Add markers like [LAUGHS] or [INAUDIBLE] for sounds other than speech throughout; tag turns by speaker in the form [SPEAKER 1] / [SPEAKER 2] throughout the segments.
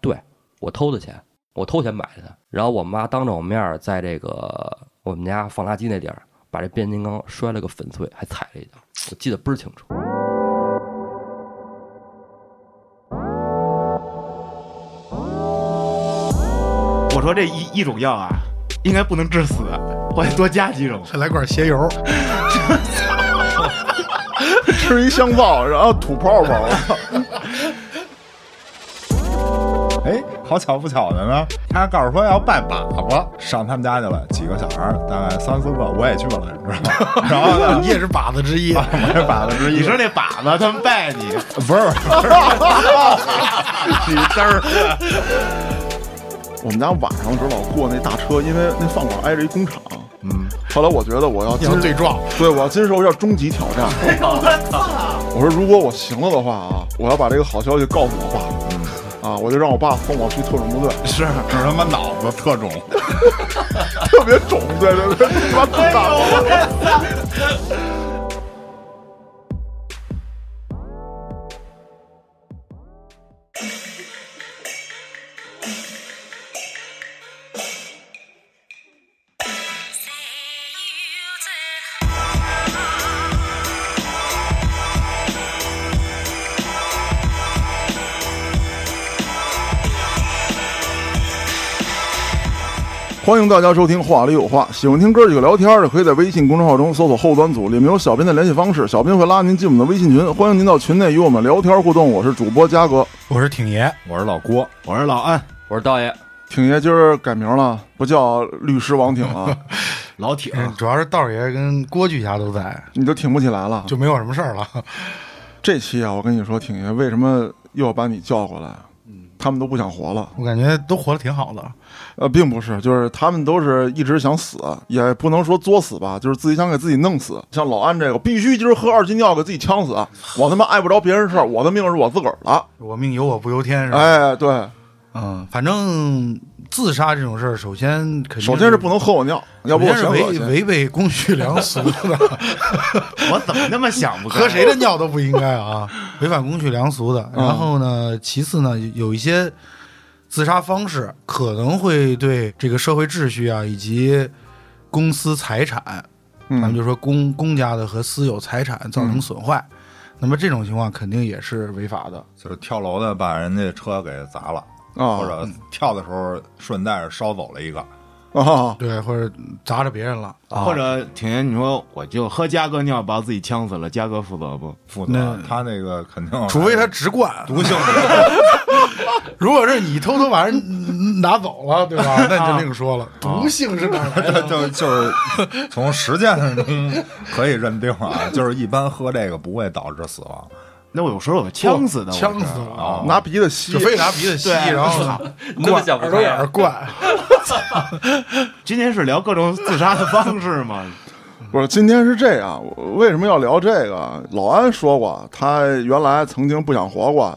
[SPEAKER 1] 对我偷的钱，我偷钱买的它。然后我妈当着我面儿在这个我们家放垃圾那地儿，把这变形金刚摔了个粉碎，还踩了一脚，我记得倍儿清楚。
[SPEAKER 2] 我说这一一种药啊，应该不能致死，我得多加几种。
[SPEAKER 3] 再来罐 [LAUGHS] 鞋油，
[SPEAKER 4] 吃一香爆，然后吐泡泡。哎，好巧不巧的呢，他告诉说要拜把子，上他们家去了，几个小孩儿，大概三四个，我也去了，你知
[SPEAKER 2] [LAUGHS]
[SPEAKER 4] 道吗？然后呢，
[SPEAKER 3] 啊你也是靶子之一。
[SPEAKER 4] 我这把子之一，
[SPEAKER 2] 你说那靶子他们拜你，
[SPEAKER 4] 不是？不是
[SPEAKER 2] 你嘚儿。
[SPEAKER 4] 我们家晚上知道过那大车，因为那饭馆挨着一工厂。嗯，后来我觉得我要
[SPEAKER 3] 要
[SPEAKER 4] 经
[SPEAKER 3] 对撞，
[SPEAKER 4] 对，我要接受一下终极挑战。我说如果我行了的话啊，我要把这个好消息告诉我爸。啊，我就让我爸送我去特种部队，
[SPEAKER 3] 是
[SPEAKER 5] 是他妈脑子特种，
[SPEAKER 4] 特别肿，对对对，他妈特大。欢迎大家收听《话里有话》，喜欢听哥几个聊天的，可以在微信公众号中搜索“后端组”，里面有小编的联系方式，小编会拉您进我们的微信群，欢迎您到群内与我们聊天互动。我是主播嘉哥，
[SPEAKER 3] 我是挺爷，
[SPEAKER 5] 我是老郭，
[SPEAKER 2] 我说老安，
[SPEAKER 1] 我说道爷，
[SPEAKER 4] 挺爷今儿改名了，不叫律师王挺
[SPEAKER 3] [LAUGHS]
[SPEAKER 4] 了，
[SPEAKER 2] 老挺，
[SPEAKER 3] 嗯主要是道爷跟郭巨侠都在，
[SPEAKER 4] 你都挺不起来了。
[SPEAKER 3] 就没有什么事儿了。
[SPEAKER 4] 这期啊，我跟你说，挺爷为什么又要把你叫过来？
[SPEAKER 3] 嗯
[SPEAKER 4] 他们都不想活了，
[SPEAKER 3] 我感觉都活得挺好的，
[SPEAKER 4] 呃，并不是，就是他们都是一直想死，也不能说作死吧，就是自己想给自己弄死。像老安这个，必须今儿喝二斤尿给自己呛死，我他妈碍不着别人事儿，我的命是我自个儿的。
[SPEAKER 3] 我命由我不由天是吧？啊
[SPEAKER 4] 哎，对，
[SPEAKER 3] 嗯，反正自杀这种事儿，首先肯定
[SPEAKER 4] 首先是不能喝我尿，要不我
[SPEAKER 3] 首先
[SPEAKER 4] 全
[SPEAKER 3] 是
[SPEAKER 4] 恶
[SPEAKER 3] 违
[SPEAKER 4] 心。
[SPEAKER 3] 违背公序良俗的，
[SPEAKER 2] 我怎么那么想不开？
[SPEAKER 3] 喝谁的尿都不应该啊，违反公序良俗的。然后呢，其次呢，有一些自杀方式可能会对这个社会秩序啊，以及公司财产，咱们
[SPEAKER 4] 嗯，
[SPEAKER 3] 就说公公家的和私有财产造成损坏。那么这种情况肯定也是违法的，
[SPEAKER 5] 就是跳楼的把人家车给砸了，或
[SPEAKER 4] 啊
[SPEAKER 5] 者跳的时候顺带着烧走了一个，
[SPEAKER 4] 啊，
[SPEAKER 3] 对，或者砸着别人了，
[SPEAKER 2] 或者挺爷，你说我就喝嘉哥尿把我自己呛死了，嘉哥负责不？
[SPEAKER 5] 负责他那个肯定，
[SPEAKER 3] 除非他直灌毒性。如果是你偷偷把人 [LAUGHS] 拿走了，对吧？那你就另说了。毒性是哪来的？
[SPEAKER 5] [LAUGHS] 就就是从实践中可以认定啊，就是一般喝这个不会导致死亡。
[SPEAKER 2] 那我有时候我呛死的，我
[SPEAKER 3] 呛死
[SPEAKER 2] 是
[SPEAKER 3] 了，
[SPEAKER 5] 哦
[SPEAKER 4] 拿鼻子吸
[SPEAKER 3] 就， [LAUGHS] 非拿鼻子吸，
[SPEAKER 2] 对
[SPEAKER 3] 然 [LAUGHS] 后
[SPEAKER 1] 你那么想不
[SPEAKER 3] 耳朵
[SPEAKER 1] 开
[SPEAKER 3] 眼儿
[SPEAKER 1] 啊？
[SPEAKER 3] 灌。 [LAUGHS]
[SPEAKER 2] 今天是聊各种自杀的方式吗？
[SPEAKER 3] [LAUGHS]
[SPEAKER 4] 不是，今天是这样，我为什么要聊这个？老安说过，他原来曾经不想活过，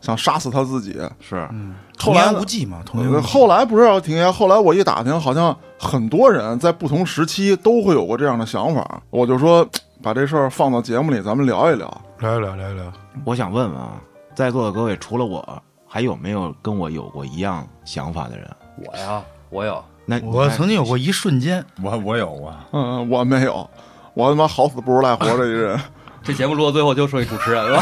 [SPEAKER 4] 想杀死他自己。
[SPEAKER 2] 是，
[SPEAKER 3] 嗯
[SPEAKER 4] 后来
[SPEAKER 3] 童
[SPEAKER 4] 呢
[SPEAKER 3] 言无忌嘛，童言无忌。
[SPEAKER 4] 后来不知道停下，后来我一打听，好像很多人在不同时期都会有过这样的想法。我就说，把这事儿放到节目里，咱们聊一聊。
[SPEAKER 3] 聊一聊，聊一聊。
[SPEAKER 2] 我想问问啊，在座的各位除了我，还有没有跟我有过一样想法的人？
[SPEAKER 1] 我呀，我有，
[SPEAKER 2] 那你
[SPEAKER 3] 我
[SPEAKER 2] 看
[SPEAKER 3] 曾经有过一瞬间，
[SPEAKER 5] 我我有啊过，
[SPEAKER 4] 嗯，我没有，我他妈好死不如赖活着一 [LAUGHS] 人。
[SPEAKER 1] 这节目录到最后就剩一主持人了。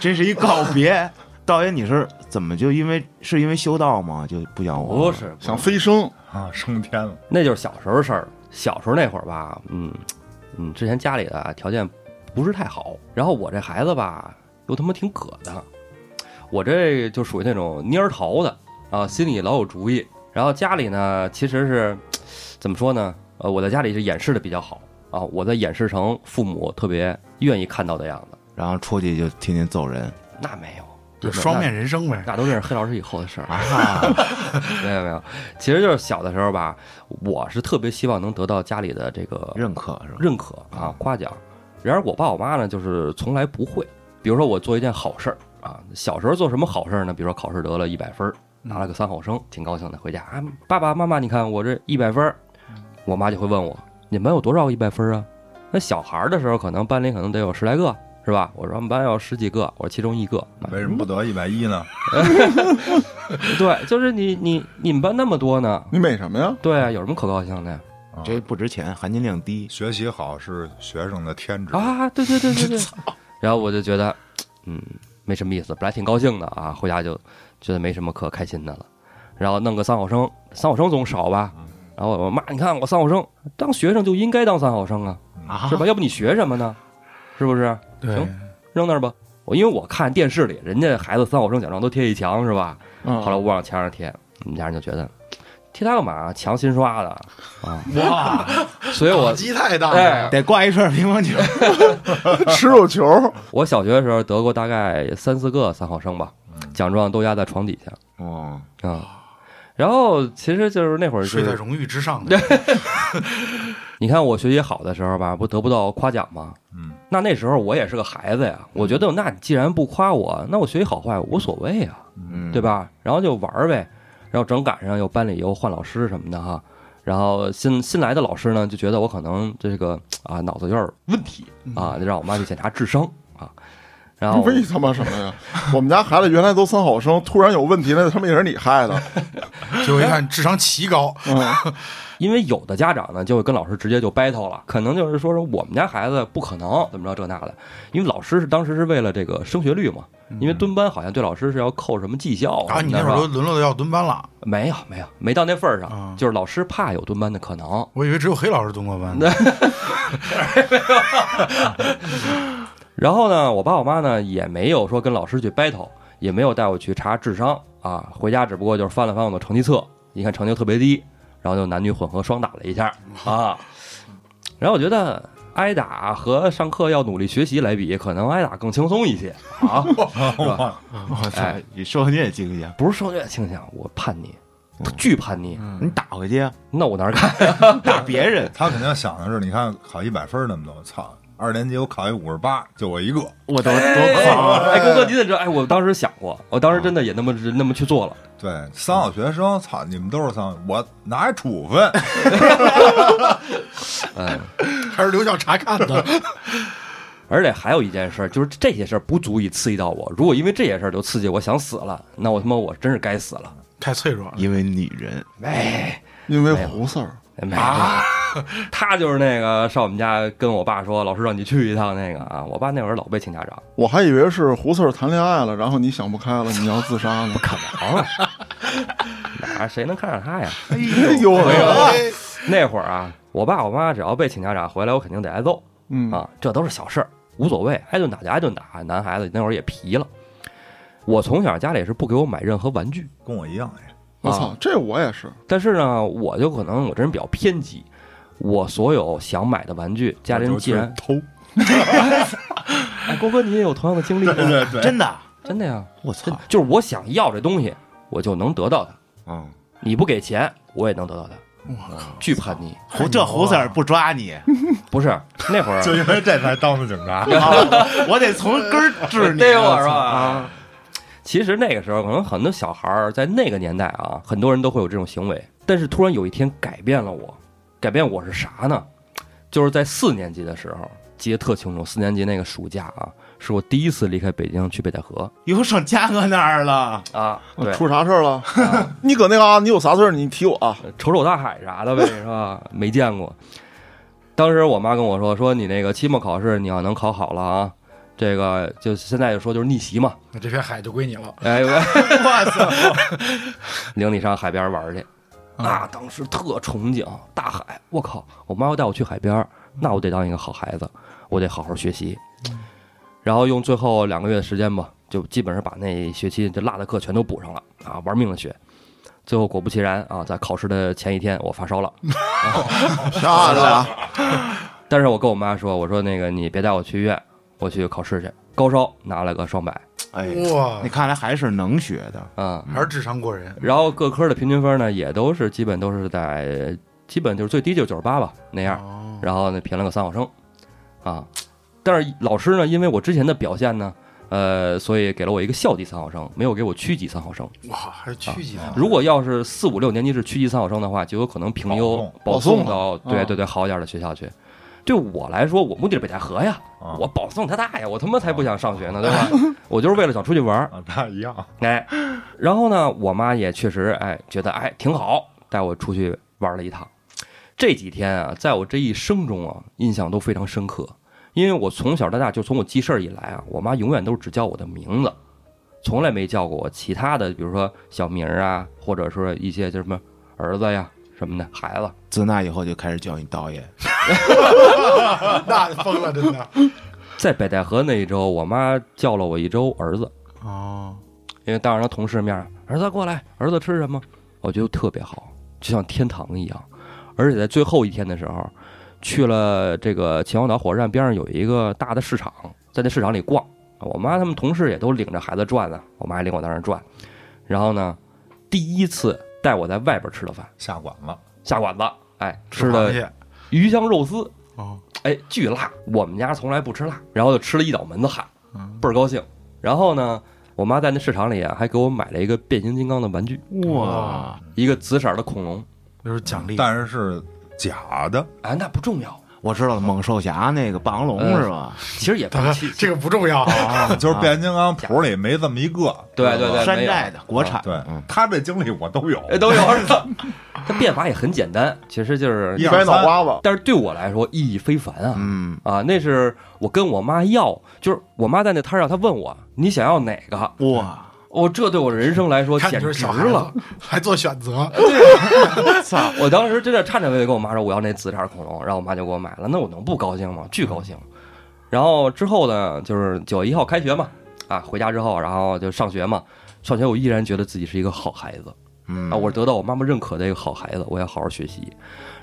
[SPEAKER 2] 这是一告别。道爷，你是怎么就因为是因为修道吗？就不想我？
[SPEAKER 1] 不，是，
[SPEAKER 4] 想飞升，
[SPEAKER 5] 啊，升天了，
[SPEAKER 1] 那就是小时候事儿。小时候那会儿吧，嗯嗯，之前家里的条件不是太好，然后我这孩子吧又他妈挺葛的，我这就属于那种蔫儿淘的啊，心里老有主意。然后家里呢，其实是怎么说呢？呃，我在家里是掩饰的比较好啊，我在掩饰成父母特别愿意看到的样子。
[SPEAKER 2] 然后出去就天天揍人
[SPEAKER 1] 那没有，
[SPEAKER 3] 就
[SPEAKER 1] 真的
[SPEAKER 3] 双面人生呗。
[SPEAKER 1] 那都认识黑老师以后的事儿。
[SPEAKER 2] 啊！
[SPEAKER 1] [LAUGHS] 没有没有，其实就是小的时候吧，我是特别希望能得到家里的这个
[SPEAKER 2] 认可是吧？
[SPEAKER 1] 认可啊夸奖。然而我爸我妈呢，就是从来不会。比如说我做一件好事儿啊，小时候做什么好事儿呢？比如说考试得了一百分儿，拿了个三好生，挺高兴的，回家啊，爸爸妈妈，你看我这一百分儿，
[SPEAKER 2] 嗯
[SPEAKER 1] 我妈就会问我，你们班有多少个一百分儿啊？那小孩儿的时候，可能班里可能得有十来个，是吧？我说我们班有十几个，我是其中一个。啊
[SPEAKER 5] 为什么不得一百一呢？
[SPEAKER 1] [LAUGHS] 对，就是你你你们班那么多呢，
[SPEAKER 4] 你美什么呀？
[SPEAKER 1] 对啊，有什么可高兴的呀？
[SPEAKER 2] 这不值钱，含金量低。
[SPEAKER 5] 学习好是学生的天职，
[SPEAKER 1] 啊，对对对对对。然后我就觉得，嗯，没什么意思，本来挺高兴的啊，回家就觉得没什么可开心的了。然后弄个三好生，三好生总少吧？然后我妈，你看我三好生，当学生就应该当三好生啊，
[SPEAKER 2] 啊
[SPEAKER 1] 是吧？要不你学什么呢？是不是？
[SPEAKER 3] 对 [LAUGHS]
[SPEAKER 1] 行扔那儿吧。我因为我看电视里人家孩子三好生奖状都贴一墙是吧？
[SPEAKER 4] 嗯
[SPEAKER 1] 后来我往墙上贴，我们家人就觉得贴它干嘛？墙新刷的啊，
[SPEAKER 3] [LAUGHS]
[SPEAKER 2] 哇，
[SPEAKER 1] 所以我
[SPEAKER 3] 鸡太大
[SPEAKER 1] 哎，
[SPEAKER 2] 得挂一串乒
[SPEAKER 1] [LAUGHS]
[SPEAKER 2] 乓球。
[SPEAKER 4] 吃肉球，
[SPEAKER 1] 我小学的时候得过大概三四个三好生吧，奖状都压在床底下
[SPEAKER 2] 哇，
[SPEAKER 1] 啊。然后其实就是那会儿就
[SPEAKER 3] 睡在
[SPEAKER 1] 是，
[SPEAKER 3] 荣誉之上的，
[SPEAKER 1] 你看我学习好的时候吧，不得不到夸奖吗？
[SPEAKER 5] 嗯，
[SPEAKER 1] 那那时候我也是个孩子呀，我觉得那你既然不夸我，那我学习好坏无所谓啊。
[SPEAKER 2] 嗯，
[SPEAKER 1] 对？吧？然后就玩儿呗，然后正赶上有班里又换老师什么的哈，然后新新来的老师呢就觉得我可能这个啊脑子有点问题啊，就让我妈去检查智商啊，然后
[SPEAKER 4] 为他妈什么呀？我们家孩子原来都三好生，突然有问题，那他妈也是你害 [LAUGHS] 的。
[SPEAKER 3] [LAUGHS] 结果一看智商奇 [LAUGHS] 高，
[SPEAKER 4] 嗯，
[SPEAKER 1] 因为有的家长呢就会跟老师直接就 battle 了，可能就是说说我们家孩子不可能怎么着这那的，因为老师是当时是为了这个升学率嘛，因为蹲班好像对老师是要扣什么绩效
[SPEAKER 3] 嗯啊，
[SPEAKER 1] 什么
[SPEAKER 3] 你
[SPEAKER 1] 的
[SPEAKER 3] 那会儿
[SPEAKER 1] 是
[SPEAKER 3] 都
[SPEAKER 1] 吧
[SPEAKER 3] 沦落到要蹲班了，
[SPEAKER 1] 没有没有没到那份儿
[SPEAKER 3] 啊
[SPEAKER 1] 上，就是老师怕有蹲班的可能，
[SPEAKER 3] 我以为只有黑老师蹲过班呢。
[SPEAKER 1] 然后呢，我爸我妈呢也没有说跟老师去 battle，也没有带我去查智商啊。回家只不过就是翻了翻我的成绩册，一看成绩特别低，然后就男女混合双打了一下啊。然后我觉得挨打和上课要努力学习来比，可能挨打更轻松一些啊。
[SPEAKER 5] 哇。
[SPEAKER 2] 我操
[SPEAKER 1] 哎，
[SPEAKER 2] 哦你受虐倾向，
[SPEAKER 1] 不是受虐倾向，我叛逆，巨叛逆。
[SPEAKER 2] 你打回去啊，
[SPEAKER 1] 那我哪敢？[LAUGHS]
[SPEAKER 2] 打别人
[SPEAKER 5] 他肯定想的是，你看考一百分那么多，操，二年级我考一五十八，就我一个，
[SPEAKER 2] 我都
[SPEAKER 1] 哎
[SPEAKER 2] 多狂啊！
[SPEAKER 1] 哎，哥哥，你怎么知道？哎，我当时想过，我当时真的也那么那么去做了。
[SPEAKER 5] 对，三好学生，操，你们都是三好，我拿一处分，
[SPEAKER 1] 嗯，
[SPEAKER 3] 还是留校查看 [LAUGHS] 的。
[SPEAKER 1] 而且还有一件事儿，就是这些事儿不足以刺激到我。如果因为这些事儿就刺激我想死了，那我他妈我真是该死了。
[SPEAKER 3] 太脆弱 [LAUGHS] 了。
[SPEAKER 2] 因为女人，
[SPEAKER 1] 哎，
[SPEAKER 4] 因为胡四儿，
[SPEAKER 1] 没啊， [LAUGHS] 他就是那个上我们家跟我爸说，老师让你去一趟那个啊。我爸那会儿老被请家长，
[SPEAKER 4] 我还以为是胡四儿谈恋爱了，然后你想不开了，你要自杀呢。 [LAUGHS]
[SPEAKER 1] 哪谁能看上他呀？
[SPEAKER 4] 哎呦喂，
[SPEAKER 3] 哎 [LAUGHS]
[SPEAKER 1] 那会儿啊，我爸我妈只要被请家长回来，我肯定得挨揍
[SPEAKER 4] 嗯，
[SPEAKER 1] 啊。这都是小事儿，无所谓，挨顿打就挨顿打。男孩子那会儿也皮了。我从小家里是不给我买任何玩具，
[SPEAKER 5] 跟我一样哎。
[SPEAKER 4] 我操，这我也是，
[SPEAKER 1] 但是呢，我就可能我这人比较偏激，我所有想买的玩具，家人既然
[SPEAKER 5] 偷，
[SPEAKER 1] [LAUGHS] 哎，郭哥你也有同样的经历吗？
[SPEAKER 5] 对对对，
[SPEAKER 2] 真的，啊
[SPEAKER 1] 真的呀，
[SPEAKER 2] 我
[SPEAKER 1] 真
[SPEAKER 2] 操！
[SPEAKER 1] 就是我想要这东西，我就能得到它。
[SPEAKER 2] 嗯，
[SPEAKER 1] 你不给钱，我也能得到它。
[SPEAKER 3] 我靠，
[SPEAKER 1] 巨叛逆，
[SPEAKER 2] 胡这胡子儿不抓你，
[SPEAKER 1] 不是那会儿
[SPEAKER 5] 就因为这才当的警察。
[SPEAKER 2] 我得从根儿治你。
[SPEAKER 1] 逮我
[SPEAKER 2] 我
[SPEAKER 1] 是
[SPEAKER 2] 操
[SPEAKER 1] 吧？啊，其实那个时候可能很多小孩儿在那个年代啊，很多人都会有这种行为。但是突然有一天改变了我，改变我是啥呢？就是在四年级的时候，记得特清楚。四年级那个暑假啊，是我第一次离开北京去北戴河
[SPEAKER 2] 又上嘉哥那儿了，
[SPEAKER 1] 啊，对，
[SPEAKER 4] 出啥事儿了？
[SPEAKER 1] 啊
[SPEAKER 4] 你搁那嘎、你有啥事儿？你提我啊。
[SPEAKER 1] 瞅瞅大海啥的 [LAUGHS] 呗，是吧？没见过。当时我妈跟我说，说你那个期末考试你要能考好了啊，这个就现在就说就是逆袭嘛，
[SPEAKER 3] 那这片海就归你了。
[SPEAKER 1] 哎，我
[SPEAKER 2] 哇塞！
[SPEAKER 1] [LAUGHS] 领你上海边玩去。啊，当时特憧憬大海，我靠！我妈要带我去海边，那我得当一个好孩子，我得好好学习。然后用最后两个月的时间吧，就基本上把那学期这落的课全都补上了啊，玩命的学。最后果不其然啊，在考试的前一天我发烧了，
[SPEAKER 4] 啥的啊？
[SPEAKER 1] 但是我跟我妈说，我说那个你别带我去医院，我去考试去，高烧拿了个双百
[SPEAKER 2] 哎，
[SPEAKER 3] 哇
[SPEAKER 2] 你，看来还是能学的。
[SPEAKER 1] 啊、
[SPEAKER 3] 还是智商过人。
[SPEAKER 1] 然后各科的平均分呢也都是基本都是在，基本就是最低就九十八吧那样。
[SPEAKER 3] 哦，
[SPEAKER 1] 然后呢评了个三好生，啊，但是老师呢，因为我之前的表现呢，呃，所以给了我一个校级三好生，没有给我区级三好生。
[SPEAKER 3] 哇，还是区级的。
[SPEAKER 1] 如果要是四五六年级是区级三好生的话，就有可能评优
[SPEAKER 5] 保送
[SPEAKER 1] 保送到
[SPEAKER 4] 保送
[SPEAKER 1] 对
[SPEAKER 4] 啊
[SPEAKER 1] 对对好一点的学校去。对我来说，我目的是北戴河呀，
[SPEAKER 5] 啊
[SPEAKER 1] 我保送他大爷，我他妈才不想上学呢，对吧？我就是为了想出去玩儿，
[SPEAKER 5] 啊，那一样，
[SPEAKER 1] 哎，然后呢，我妈也确实哎觉得哎挺好，带我出去玩了一趟。这几天啊，在我这一生中啊，印象都非常深刻，因为我从小到大就从我记事儿以来啊，我妈永远都是只叫我的名字，从来没叫过我其他的，比如说小名儿啊，或者说一些就是什么儿子呀什么的孩子。
[SPEAKER 2] 自那以后就开始叫你导演，
[SPEAKER 3] [LAUGHS] 那疯了，真的。
[SPEAKER 1] 在北戴河那一周，我妈叫了我一周儿子，
[SPEAKER 2] 哦，
[SPEAKER 1] 因为当着同事面儿，儿子过来，儿子吃什么？我觉得特别好，就像天堂一样。而且在最后一天的时候，去了这个秦皇岛火车站边上有一个大的市场，在那市场里逛。我妈他们同事也都领着孩子转呢、我妈也领我在那儿转。然后呢，第一次带我在外边吃的饭，
[SPEAKER 5] 下馆子，
[SPEAKER 1] 下馆子，哎，吃
[SPEAKER 3] 螃
[SPEAKER 1] 的
[SPEAKER 3] 蟹
[SPEAKER 1] 鱼香肉丝，
[SPEAKER 3] 哦，
[SPEAKER 1] 哎，巨辣。我们家从来不吃辣，然后就吃了一脑门子汗，
[SPEAKER 3] 嗯
[SPEAKER 1] 倍儿高兴。然后呢，我妈在那市场里啊，还给我买了一个变形金刚的玩具，
[SPEAKER 2] 哇，
[SPEAKER 1] 一个紫色的恐龙。
[SPEAKER 3] 就是奖励。
[SPEAKER 5] 但是是假的，
[SPEAKER 1] 哎，那不重要，
[SPEAKER 2] 我知道了，猛兽侠那个霸王龙
[SPEAKER 1] 嗯
[SPEAKER 2] 是吧？
[SPEAKER 1] 其实也不
[SPEAKER 3] [LAUGHS] 大哥
[SPEAKER 1] 气，。
[SPEAKER 3] 这个不重要啊，
[SPEAKER 5] 就是变形金刚谱里没这么一个，
[SPEAKER 1] 对对对，
[SPEAKER 2] 山
[SPEAKER 1] 没有啊
[SPEAKER 2] 寨的国产，
[SPEAKER 5] 啊对
[SPEAKER 2] 嗯，
[SPEAKER 5] 他这经历我都有，
[SPEAKER 1] 哎都有 [LAUGHS] 是吧？它变法也很简单，其实就是
[SPEAKER 5] 一
[SPEAKER 4] 一
[SPEAKER 5] 二
[SPEAKER 4] 拍脑
[SPEAKER 5] 三
[SPEAKER 4] 瓜子，
[SPEAKER 1] 但是对我来说意义非凡啊！
[SPEAKER 2] 嗯
[SPEAKER 1] 啊，那是我跟我妈要，就是我妈在那摊上，她问我你想要哪个？
[SPEAKER 2] 哇，
[SPEAKER 1] 我、这对我人生来说
[SPEAKER 3] 看
[SPEAKER 1] 简
[SPEAKER 3] 你就是
[SPEAKER 1] 直
[SPEAKER 3] 小孩子
[SPEAKER 1] 了！，
[SPEAKER 3] 还做选 [LAUGHS] 择，
[SPEAKER 2] 操，
[SPEAKER 1] 啊我当时真的颤颤巍巍跟我妈说我要那紫色恐龙，然后我妈就给我买了，那我能不高兴吗？巨高兴。然后之后呢，就是九月一号开学嘛，啊，回家之后，然后就上学嘛。上学我依然觉得自己是一个好孩子
[SPEAKER 2] 嗯
[SPEAKER 1] 啊，我是得到我妈妈认可的一个好孩子，我要好好学习。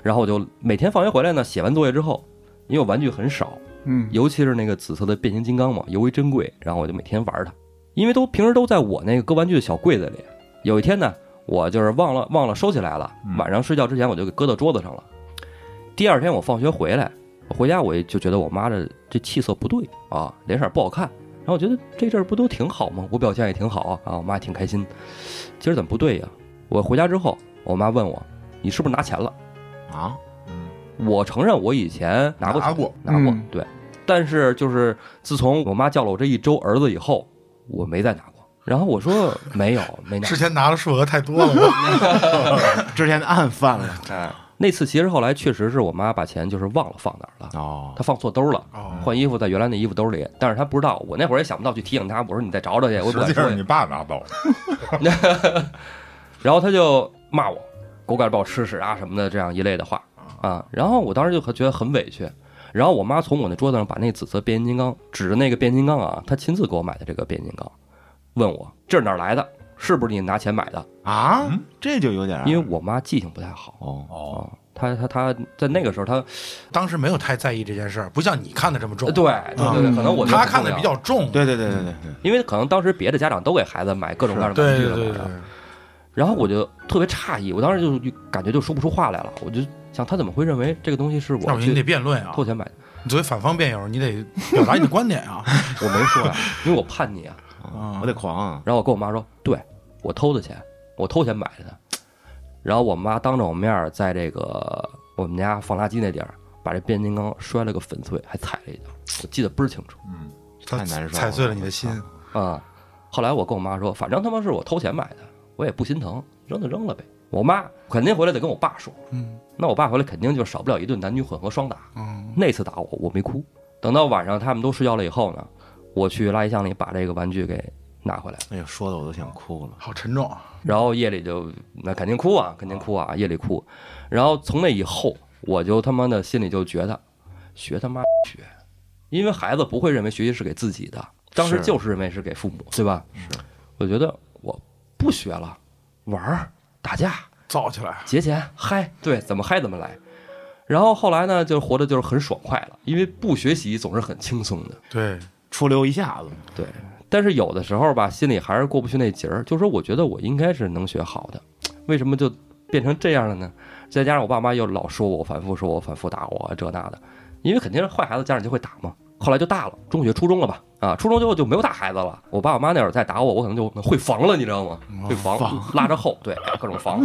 [SPEAKER 1] 然后我就每天放学回来呢，写完作业之后，因为我玩具很少，
[SPEAKER 4] 嗯，
[SPEAKER 1] 尤其是那个紫色的变形金刚嘛，尤为珍贵。然后我就每天玩它，因为都平时都在我那个搁玩具的小柜子里。有一天呢，我就是忘了忘了收起来了，
[SPEAKER 5] 嗯
[SPEAKER 1] 晚上睡觉之前我就给搁到桌子上了。第二天我放学回来，我回家我就觉得我妈的这气色不对啊，脸色不好看。然后我觉得这阵儿不都挺好吗？我表现也挺好啊，啊，我妈也挺开心。今儿怎么不对呀？我回家之后，我妈问我，你是不是拿钱了？
[SPEAKER 2] 啊，
[SPEAKER 1] 我承认我以前拿过钱
[SPEAKER 5] 拿过，
[SPEAKER 1] 拿过，
[SPEAKER 4] 嗯
[SPEAKER 1] 对。但是就是自从我妈叫了我这一周儿子以后，我没再拿过。然后我说没有，没拿
[SPEAKER 3] 之。前拿的数额太多了，
[SPEAKER 2] 之前的案犯了，
[SPEAKER 1] 那次其实后来确实是我妈把钱就是忘了放哪儿了，
[SPEAKER 2] 哦
[SPEAKER 1] 她，放错兜了，
[SPEAKER 3] [LAUGHS] 哦
[SPEAKER 1] 换衣服在原来那衣服兜里，但是她不知道。我那会儿也想不到去提醒她，我说你再找找去，哎我也不
[SPEAKER 5] 实
[SPEAKER 1] 敢
[SPEAKER 5] 际
[SPEAKER 1] 说
[SPEAKER 5] 上
[SPEAKER 1] 呀
[SPEAKER 5] 你。爸拿走了，
[SPEAKER 1] 然后她就骂我，狗改把我吃屎啊什么的这样一类的话啊。然后我当时就觉得很委屈。然后我妈从我那桌子上把那紫色变形金刚，指着那个变形金刚啊，她亲自给我买的这个变形金刚，问我这是哪儿来的，是不是你拿钱买的？
[SPEAKER 2] 啊
[SPEAKER 5] 嗯，
[SPEAKER 2] 这就有点儿，
[SPEAKER 1] 因为我妈记性不太好
[SPEAKER 2] 哦，
[SPEAKER 1] 啊，
[SPEAKER 5] 哦，
[SPEAKER 1] 她她她在那个时候她呃
[SPEAKER 3] 当时没有太在意这件事儿，不像你看的这么重。嗯
[SPEAKER 1] 对对对对，可能我觉得
[SPEAKER 3] 他
[SPEAKER 1] 不
[SPEAKER 3] 看
[SPEAKER 1] 重
[SPEAKER 3] 的
[SPEAKER 1] 要
[SPEAKER 3] 比，较重，
[SPEAKER 2] 对对对对对对，
[SPEAKER 1] 因为可能当时别的家长都给孩子买各种各样的玩
[SPEAKER 3] 对
[SPEAKER 1] 具
[SPEAKER 3] 对
[SPEAKER 1] 了
[SPEAKER 3] 对
[SPEAKER 1] 嘛
[SPEAKER 3] 对，
[SPEAKER 1] 然后我就特别诧异，我当时就就感觉就说不出话来了，我就想他怎么会认为这个东西是
[SPEAKER 3] 那我
[SPEAKER 1] 我
[SPEAKER 3] 觉得你得
[SPEAKER 1] 去
[SPEAKER 3] 辩论啊
[SPEAKER 1] 偷，钱买的？
[SPEAKER 3] 你作为反方辩友，你得表达你的观点
[SPEAKER 1] [LAUGHS]
[SPEAKER 3] 啊。嗯
[SPEAKER 1] 我没说呀，因为我叛逆啊。
[SPEAKER 2] 啊我得狂啊，
[SPEAKER 1] 然后我跟我妈说，对我偷的钱，我偷钱买的它。然后我妈当着我面儿在这个我们家放垃圾那地儿，把这变形金刚摔了个粉碎，还踩了一脚，我记得倍儿清楚。
[SPEAKER 5] 嗯，
[SPEAKER 3] 他
[SPEAKER 2] 太难受了
[SPEAKER 3] 踩碎了你的心。
[SPEAKER 1] 啊、后来我跟我妈说，反正他妈是我偷钱买的，我也不心疼，扔就扔了呗。我妈肯定回来得跟我爸说，
[SPEAKER 3] 嗯
[SPEAKER 1] 那我爸回来肯定就少不了一顿男女混合双打。
[SPEAKER 3] 嗯，
[SPEAKER 1] 那次打我，我没哭。等到晚上他们都睡觉了以后呢，我去垃圾箱里把这个玩具给拿回来了，
[SPEAKER 2] 哎呦，说的我都想哭了，
[SPEAKER 3] 好沉重啊。
[SPEAKER 1] 然后夜里就那肯定哭啊，肯定哭啊，夜里哭。然后从那以后，我就他妈的心里就觉得，学他妈学，因为孩子不会认为学习是给自己的，当时
[SPEAKER 2] 是
[SPEAKER 1] 就是认为是给父母，对吧？是，我觉得我不学了，玩儿、打架、
[SPEAKER 3] 造起来，
[SPEAKER 1] 节钱嗨，对，怎么嗨怎么来。然后后来呢，就活得就是很爽快了，因为不学习总是很轻松的，
[SPEAKER 3] 对，
[SPEAKER 2] 出溜一下子，
[SPEAKER 1] 对。但是有的时候吧，心里还是过不去那节儿，就说我觉得我应该是能学好的，为什么就变成这样了呢？再加上我爸妈又老说我，反复说我，反复打我这那的，因为肯定是坏孩子，家长就会打嘛。后来就大了，中学、初中了吧？啊，初中之后就没有打孩子了。我爸我妈那会儿再打我，我可能就会防了，你知道吗？会防，拉着后，对，各种防，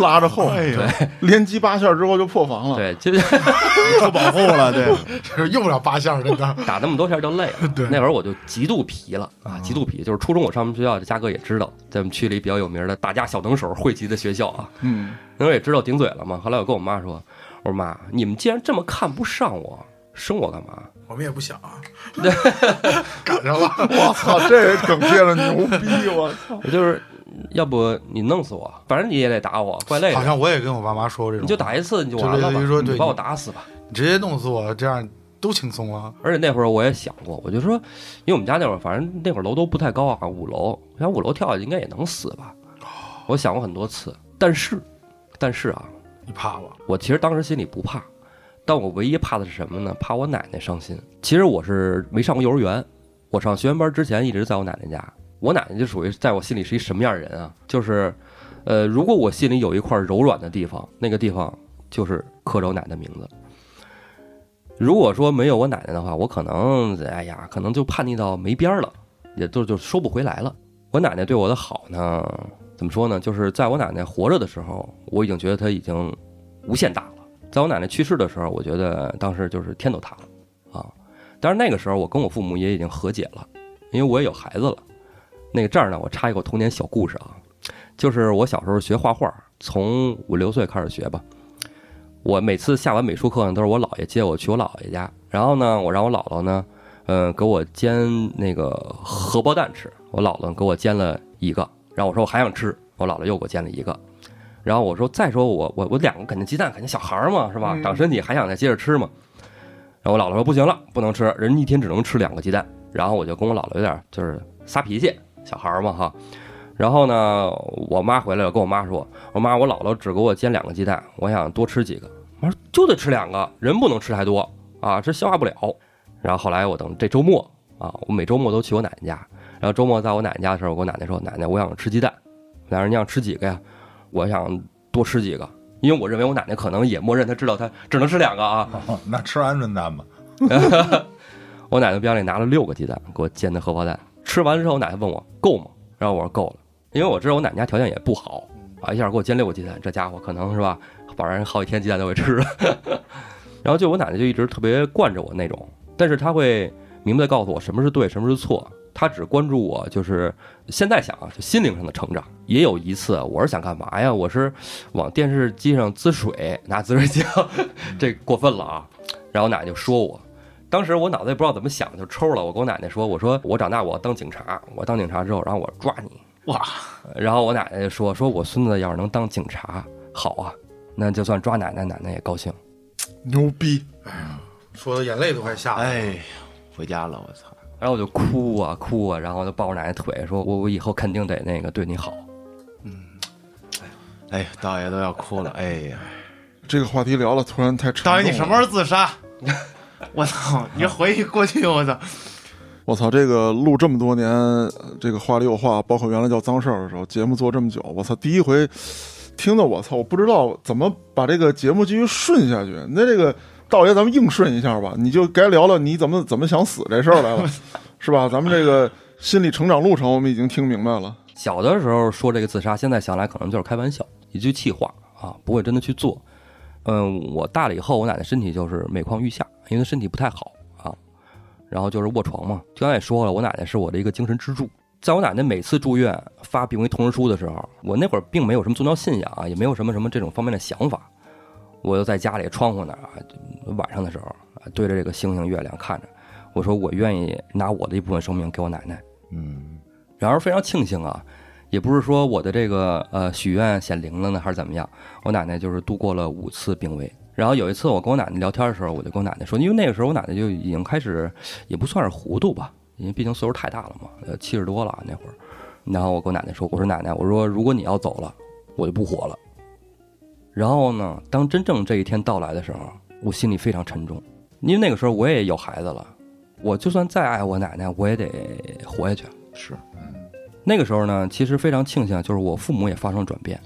[SPEAKER 4] 拉着后，
[SPEAKER 3] 哎
[SPEAKER 4] 连击八下之后就破防了。
[SPEAKER 1] 对，就
[SPEAKER 2] 受保护了，对，
[SPEAKER 1] [LAUGHS]
[SPEAKER 3] 这用不了八下，真的。
[SPEAKER 1] 打那么多下就累了。
[SPEAKER 3] 对
[SPEAKER 1] 那会儿我就极度皮了啊，极度皮。就是初中我上我们学校，嘉哥也知道，在我们区里比较有名的打架小能手汇集的学校啊。
[SPEAKER 4] 嗯，
[SPEAKER 1] 那我也知道顶嘴了嘛。后来我跟我妈说，我说妈，你们既然这么看不上我，生我干嘛？
[SPEAKER 3] 我们也不想啊，赶上了。
[SPEAKER 4] 我操，这梗接的牛逼，我操！
[SPEAKER 1] 我就是要不你弄死我，反正你也得打我，怪累
[SPEAKER 3] 好
[SPEAKER 1] 的。
[SPEAKER 3] 像我也跟我爸妈说过这种，
[SPEAKER 1] 你就打一次你就完
[SPEAKER 3] 就
[SPEAKER 1] 了
[SPEAKER 3] 类
[SPEAKER 1] 吧，
[SPEAKER 3] 似于说对
[SPEAKER 1] 你把我
[SPEAKER 3] 你
[SPEAKER 1] 打死吧。
[SPEAKER 3] 你直接弄死我，这样都轻松了。
[SPEAKER 1] 而且那会儿我也想过，我就说，因为我们家那会儿反正那会儿楼都不太高啊，五楼，我想五楼跳下去应该也能死吧。我想过很多次，但是，但是啊，
[SPEAKER 3] 你怕了？
[SPEAKER 1] 我其实当时心里不怕，但我唯一怕的是什么呢？怕我奶奶伤心。其实我是没上过幼儿园，我上学前班之前一直在我奶奶家。我奶奶就属于在我心里是一什么样的人啊？就是，呃，如果我心里有一块柔软的地方，那个地方就是刻着我奶奶的名字。如果说没有我奶奶的话，我可能，哎呀，可能就叛逆到没边儿了，也就就收不回来了。我奶奶对我的好呢，怎么说呢？就是在我奶奶活着的时候，我已经觉得她已经无限大了。在我奶奶去世的时候，我觉得当时就是天都塌了啊！但是那个时候，我跟我父母也已经和解了，因为我也有孩子了。那个这儿呢，我插一个我童年小故事啊，就是我小时候学画画，从五六岁开始学吧。我每次下完美术课啊呢，都是我姥爷接我去我姥爷家，然后呢，我让我姥姥呢，嗯，给我煎那个荷包蛋吃。我姥姥给我煎了一个，然后我说我还想吃，我姥姥又给我煎了一个，然后我说再说我我我两个肯定鸡蛋肯定小孩儿嘛是吧，长身体还想再接着吃嘛。然后我姥姥说不行了，不能吃，人一天只能吃两个鸡蛋。然后我就跟我姥姥有点就是撒脾气，小孩儿嘛哈。然后呢，我妈回来了，跟我妈说，我妈我姥姥只给我煎两个鸡蛋，我想多吃几个。我妈说就得吃两个，人不能吃太多啊，这消化不了。然后后来我等这周末啊，我每周末都去我奶奶家。然后周末在我奶奶家的时候，我跟我奶奶说：“奶奶，我想吃鸡蛋。”奶奶说：“你想吃几个呀？”我想多吃几个，因为我认为我奶奶可能也默认她知道她只能吃两个啊。
[SPEAKER 5] [LAUGHS] 那吃鹌鹑蛋吧，
[SPEAKER 1] 我奶奶包里拿了六个鸡蛋，给我煎的荷包蛋。吃完之后，我奶奶问我够吗？然后我说够了，因为我知道我奶奶家条件也不好啊，一下给我煎六个鸡蛋，这家伙可能是吧，晚上好几天鸡蛋都会吃。 [LAUGHS] 然后就我奶奶就一直特别惯着我那种，但是她会明白地告诉我什么是对，什么是错。她只关注我，就是现在想啊，就心灵上的成长。也有一次，啊我是想干嘛呀？我是往电视机上滋水，拿滋水枪， [LAUGHS] 这过分了啊！然后我奶奶就说我，当时我脑子也不知道怎么想，就抽了。我跟我奶奶说：“我说我长大我要当警察，我当警察之后，然后我抓你。”
[SPEAKER 2] 哇！
[SPEAKER 1] 然后我奶奶就说：“说我孙子要是能当警察，好啊，那就算抓奶奶，奶奶也高兴。
[SPEAKER 4] 牛逼！
[SPEAKER 3] 说的眼泪都快下来了。
[SPEAKER 2] 哎，回家了，我操，”
[SPEAKER 1] 然后我就哭啊哭啊，然后就抱着奶奶腿说：“我我以后肯定得那个对你好。
[SPEAKER 2] 哎，大爷都要哭了，哎呀，
[SPEAKER 4] 这个话题聊了，突然太沉重
[SPEAKER 2] 大
[SPEAKER 4] 了。
[SPEAKER 2] 爷你什么时候自杀？我操，你回忆过去，我操，
[SPEAKER 4] 我操，这个录这么多年，呃这个话里有话，包括原来叫脏事儿的时候，节目做这么久，我操，第一回听的我操，我不知道怎么把这个节目继续顺下去。那这个道爷，咱们硬顺一下吧，你就该聊聊你怎么怎么想死这事儿来了，是吧？咱们这个心理成长路程，我们已经听明白了。”
[SPEAKER 1] 小的时候说这个自杀，现在想来可能就是开玩笑，一句气话啊，不会真的去做。嗯，我大了以后，我奶奶身体就是每况愈下，因为她身体不太好啊。然后就是卧床嘛，刚才也说了，我奶奶是我的一个精神支柱。在我奶奶每次住院发病危通知书的时候，我那会儿并没有什么宗教信仰啊，也没有什么什么这种方面的想法。我就在家里窗户那儿啊，就晚上的时候啊对着这个星星月亮看着，我说我愿意拿我的一部分生命给我奶奶。
[SPEAKER 2] 嗯，
[SPEAKER 1] 然而非常庆幸啊，也不是说我的这个呃许愿显灵了呢，还是怎么样，我奶奶就是度过了五次病危。然后有一次我跟我奶奶聊天的时候，我就跟我奶奶说，因为那个时候我奶奶就已经开始，也不算是糊涂吧，因为毕竟岁数太大了嘛，呃七十多了那会儿。然后我跟我奶奶说，我说奶奶，我说如果你要走了，我就不活了。然后呢，当真正这一天到来的时候，我心里非常沉重，因为那个时候我也有孩子了，我就算再爱我奶奶，我也得活下去。
[SPEAKER 2] 是，
[SPEAKER 1] 那个时候呢，其实非常庆幸，就是我父母也发生转变，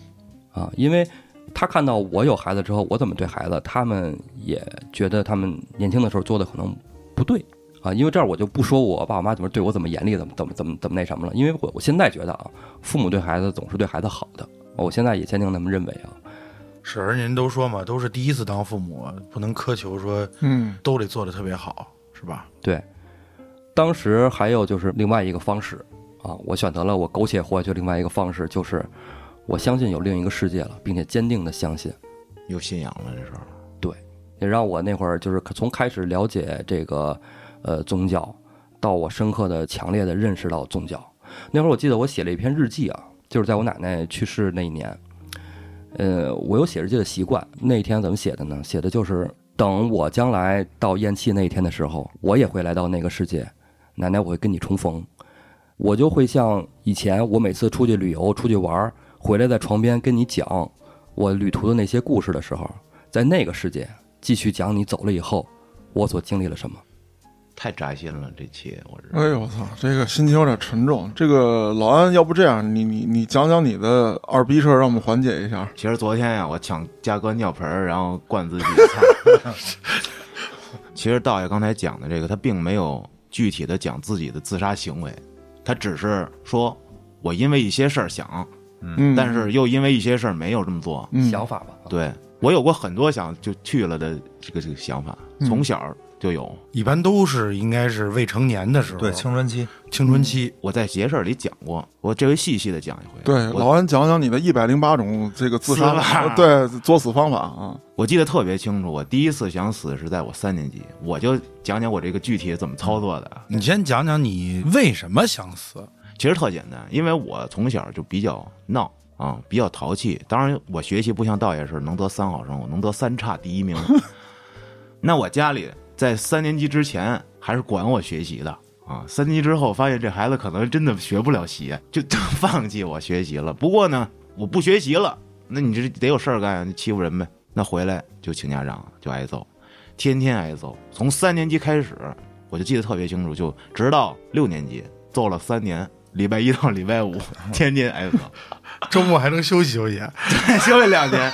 [SPEAKER 1] 啊，因为他看到我有孩子之后，我怎么对孩子，他们也觉得他们年轻的时候做的可能不对啊，因为这儿我就不说我爸我妈怎么对我怎么严厉，怎么怎么怎么怎么那什么了，因为我我现在觉得啊，父母对孩子总是对孩子好的，我现在也坚定那么认为啊。
[SPEAKER 3] 是，而您都说嘛，都是第一次当父母，不能苛求说
[SPEAKER 4] 嗯，
[SPEAKER 3] 都得做的特别好，是吧？
[SPEAKER 1] 对，当时还有就是另外一个方式啊，我选择了我苟且活下去。另外一个方式就是，我相信有另一个世界了，并且坚定的相信。
[SPEAKER 2] 有信仰了，这时候
[SPEAKER 1] 也让我那会儿就是从开始了解这个呃宗教，到我深刻的、强烈的认识到宗教。那会儿我记得我写了一篇日记啊，就是在我奶奶去世那一年。呃，我有写日记的习惯。那一天怎么写的呢？写的就是等我将来到咽气那一天的时候，我也会来到那个世界，奶奶我会跟你重逢，我就会像以前我每次出去旅游、出去玩儿回来，在床边跟你讲我旅途的那些故事的时候，在那个世界继续讲你走了以后，我所经历了什么。
[SPEAKER 2] 太扎心了，这期我是
[SPEAKER 4] 哎呦我操，这个心情有点沉重。这个老安，要不这样，你你你讲讲你的二逼事儿，让我们缓解一下。
[SPEAKER 2] 其实昨天呀、我抢加哥尿盆儿，然后灌自己的
[SPEAKER 4] [LAUGHS]
[SPEAKER 2] 菜。其实道爷刚才讲的这个，他并没有具体的讲自己的自杀行为，他只是说我因为一些事儿想，
[SPEAKER 4] 嗯，
[SPEAKER 2] 但是又因为一些事儿没有这么做。
[SPEAKER 4] 嗯
[SPEAKER 1] 想法吧。
[SPEAKER 2] 对我有过很多想就去了的这个这个想法，
[SPEAKER 4] 嗯
[SPEAKER 2] 从小就有。
[SPEAKER 3] 一般都是应该是未成年的时候，
[SPEAKER 5] 对，青春期
[SPEAKER 3] 青春期，
[SPEAKER 2] 我在邪事儿里讲过，我这回细细的讲一回。
[SPEAKER 4] 对，
[SPEAKER 2] 我
[SPEAKER 4] 老安讲讲你的一百零八种这个自杀
[SPEAKER 2] 自杀
[SPEAKER 4] [LAUGHS] 对作死方法啊。！
[SPEAKER 2] 我记得特别清楚，我第一次想死是在我三年级，我就讲讲我这个具体怎么操作的。啊
[SPEAKER 3] 你先讲讲你为什么想死？
[SPEAKER 2] 其实特简单，因为我从小就比较闹啊、比较淘气。当然，我学习不像道爷似的能得三好生，我能得三差第一名。那我家里在三年级之前还是管我学习的啊，三年级之后发现这孩子可能真的学不了习，就 [LAUGHS] 就放弃我学习了。不过呢，我不学习了，那你这得有事儿干呀，啊你欺负人呗。那回来就请家长，就挨揍，天天挨揍。从三年级开始，我就记得特别清楚，就直到六年级揍了三年，礼拜一到礼拜
[SPEAKER 3] [LAUGHS]
[SPEAKER 2] 五天天挨揍，
[SPEAKER 3] 周末还能休息休息，
[SPEAKER 2] [LAUGHS]
[SPEAKER 3] 啊
[SPEAKER 2] 休息两天。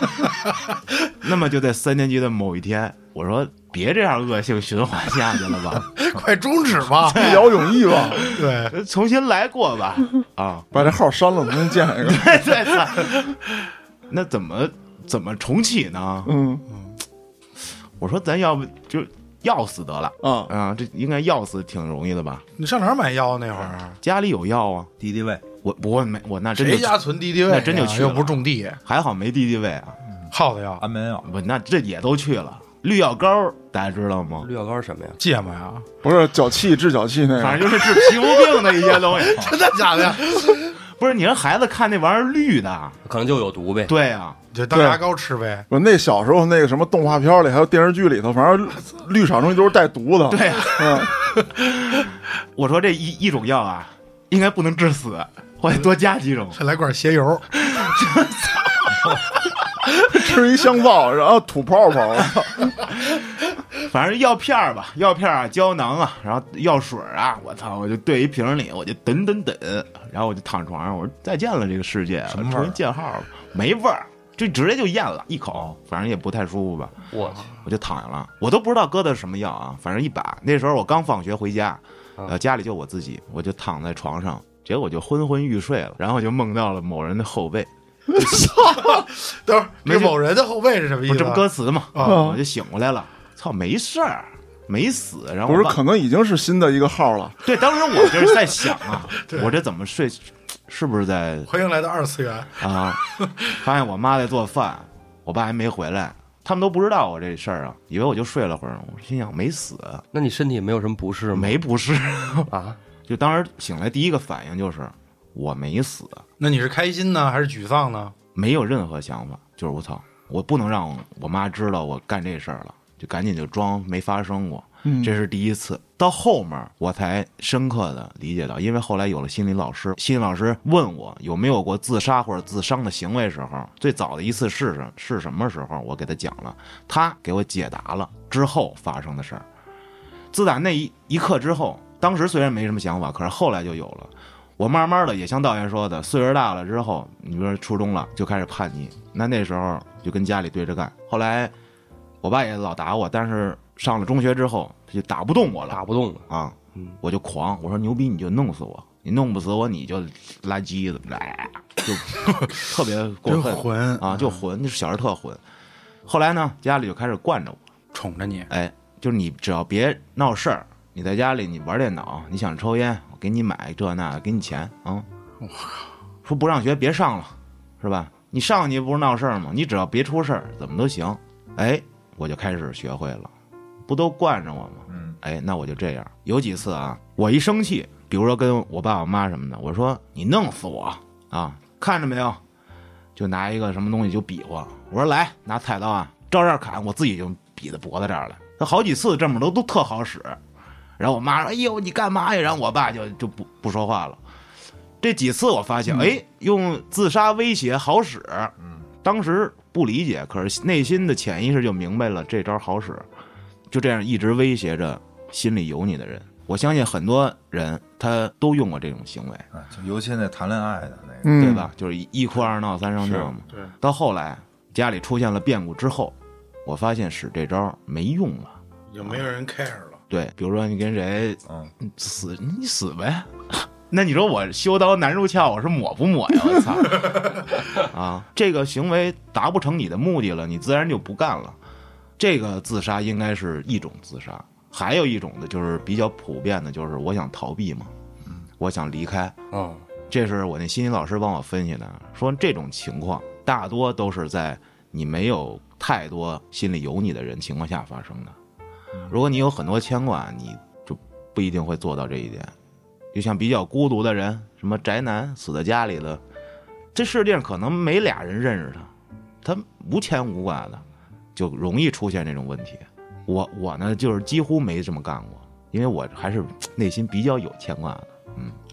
[SPEAKER 2] [LAUGHS] 那么就在三年级的某一天，我说别这样恶性循环下去了吧，
[SPEAKER 3] 快终止吧
[SPEAKER 2] [LAUGHS]
[SPEAKER 4] 姚永义吧，
[SPEAKER 3] 对，
[SPEAKER 2] 重新来过吧。啊，
[SPEAKER 4] 把这号删了，重新建一个。
[SPEAKER 2] 对
[SPEAKER 4] [LAUGHS]
[SPEAKER 2] 对对，那怎么怎么重启呢？
[SPEAKER 4] 嗯
[SPEAKER 2] 我说咱要不就药死得了
[SPEAKER 3] 嗯
[SPEAKER 4] 啊，
[SPEAKER 2] 啊，这应该药死挺容易的吧？
[SPEAKER 3] 你上哪儿买药那会儿？
[SPEAKER 2] 家里有药啊，
[SPEAKER 5] 敌敌畏，
[SPEAKER 2] 我我没我那真
[SPEAKER 3] 谁
[SPEAKER 2] 就
[SPEAKER 3] 家存敌敌畏呀？
[SPEAKER 2] 那真就去了
[SPEAKER 3] 啊又不是种地，
[SPEAKER 2] 还好没敌敌畏啊，
[SPEAKER 3] 耗子药、
[SPEAKER 5] 安眠药，
[SPEAKER 2] 不那这也都去了。绿药膏大家知道吗？
[SPEAKER 1] 绿药膏是什么呀？
[SPEAKER 3] 芥末呀，
[SPEAKER 4] 不是脚气治脚气那
[SPEAKER 2] 反
[SPEAKER 4] 个，
[SPEAKER 2] 正就是治皮肤病的一些东西。
[SPEAKER 3] [LAUGHS] 真的假的呀？
[SPEAKER 2] 不是，你让孩子看那玩意儿绿的，
[SPEAKER 1] 可能就有毒呗。
[SPEAKER 2] 对啊，
[SPEAKER 3] 就当牙膏吃呗。
[SPEAKER 4] 我那小时候那个什么动画片里还有电视剧里头，反正绿绿色东西都是带毒的。
[SPEAKER 2] 对啊。
[SPEAKER 4] 嗯，
[SPEAKER 2] 我说这一一种药啊，应该不能致死，我得多加几种。
[SPEAKER 3] 再来罐鞋油，
[SPEAKER 4] [LAUGHS] 吃一香皂，然后吐
[SPEAKER 2] [LAUGHS]
[SPEAKER 4] 泡泡。
[SPEAKER 2] 反正药片儿吧，药片儿啊，胶囊啊，然后药水儿啊，我操，我就兑一瓶里，我就等等等，然后我就躺床上，我说再见了这个世界，
[SPEAKER 5] 什么
[SPEAKER 3] 啊
[SPEAKER 5] 味儿
[SPEAKER 2] 重新见号吧，没味儿，就直接就咽了一口，反正也不太舒服吧，
[SPEAKER 1] 我去，
[SPEAKER 2] 我就躺下了，我都不知道搁的什么药啊，反正一把，那时候我刚放学回家，
[SPEAKER 3] 啊
[SPEAKER 2] 呃，家里就我自己，我就躺在床上，结果我就昏昏欲睡了，然后我就梦到了某人的后背，
[SPEAKER 3] [LAUGHS] 等会儿
[SPEAKER 2] 没
[SPEAKER 3] 这
[SPEAKER 2] 事
[SPEAKER 3] 某人的后背是什么意
[SPEAKER 2] 不
[SPEAKER 3] 思？
[SPEAKER 2] 这不歌词嘛，
[SPEAKER 3] 哎啊
[SPEAKER 2] 我就醒过来了，操，没事儿，没死，然后我
[SPEAKER 4] 不是，
[SPEAKER 2] 爸
[SPEAKER 4] 可能已经是新的一个号了。
[SPEAKER 2] 对，当时我就是在想
[SPEAKER 3] [LAUGHS]
[SPEAKER 2] 啊，我这怎么睡，是不是在
[SPEAKER 3] 欢迎来到二次元，
[SPEAKER 2] 啊？发现我妈在做饭，我爸还没回来，他们都不知道我这事儿啊，以为我就睡了会儿。我心想没死，啊
[SPEAKER 1] 那你身体没有什么不适吗？
[SPEAKER 2] 没不是。
[SPEAKER 1] 啊，
[SPEAKER 2] [LAUGHS] 就当时醒来第一个反应就是我没死，
[SPEAKER 3] 那你是开心呢还是沮丧呢？
[SPEAKER 2] 没有任何想法，就是我操，我不能让我妈知道我干这事儿了，就赶紧就装没发生过。
[SPEAKER 4] 嗯
[SPEAKER 2] 这是第一次，到后面我才深刻的理解到，因为后来有了心理老师，心理老师问我有没有过自杀或者自伤的行为时候，最早的一次是什是什么时候，我给他讲了，他给我解答了之后发生的事儿。自打那一一刻之后，当时虽然没什么想法，可是后来就有了。我慢慢的也像道爷说的，岁数大了之后，你比如说初中了，就开始叛逆。那那时候就跟家里对着干。后来我爸也老打我，但是上了中学之后，他就打不动我了
[SPEAKER 1] 打不动了。
[SPEAKER 2] 啊
[SPEAKER 1] 嗯！
[SPEAKER 2] 我就狂，我说牛逼你就弄死我，你弄不死我你就垃圾怎么着，哎就特别过
[SPEAKER 3] 真
[SPEAKER 2] 分
[SPEAKER 3] 混
[SPEAKER 2] 啊，就混，那小时候特混。后来呢，家里就开始惯着我，
[SPEAKER 5] 宠着你，
[SPEAKER 2] 哎，就是你只要别闹事儿，你在家里你玩电脑，你想抽烟，我给你买这那，给你钱啊。我靠！说不上学别上了，是吧？你上去不是闹事儿吗？你只要别出事儿，怎么都行。哎，我就开始学会了，不都惯着我吗？
[SPEAKER 5] 嗯，
[SPEAKER 2] 哎，那我就这样。有几次啊，我一生气，比如说跟我爸我妈什么的，我说你弄死我啊，看着没有？就拿一个什么东西就比划，我说来拿菜刀啊，照这儿砍，我自己就比到脖子这儿了。他好几次这么都都特好使，然后我妈说：“哎呦，你干嘛呀？”然后我爸就就不不说话了。这几次我发现，哎，用自杀威胁好使。
[SPEAKER 5] 嗯，
[SPEAKER 2] 当时不理解，可是内心的潜意识就明白了这招好使。就这样一直威胁着心里有你的人，我相信很多人他都用过这种行为，
[SPEAKER 5] 啊就尤其那谈恋爱的那个，
[SPEAKER 4] 嗯，
[SPEAKER 2] 对？吧？就是一一哭二闹三上吊嘛。
[SPEAKER 4] 对，
[SPEAKER 2] 到后来家里出现了变故之后，我发现使这招没用了。
[SPEAKER 3] 也没有人 care 了。
[SPEAKER 2] 对，比如说你跟谁
[SPEAKER 5] 嗯，
[SPEAKER 2] 死你死呗。 [LAUGHS] 那你说我修刀难入鞘，我是抹不抹呀？我操！啊，这个行为达不成你的目的了，你自然就不干了。这个自杀应该是一种自杀，还有一种呢，就是比较普遍的，就是我想逃避嘛，我想离开。
[SPEAKER 1] 嗯，
[SPEAKER 2] 这是我那心理老师帮我分析的，说这种情况大多都是在你没有太多心里有你的人情况下发生的。如果你有很多牵挂，你就不一定会做到这一点。就像比较孤独的人，什么宅男死在家里了，这世界上可能没俩人认识他，他无牵无挂的，就容易出现这种问题。我我呢，就是几乎没这么干过，因为我还是内心比较有牵挂的，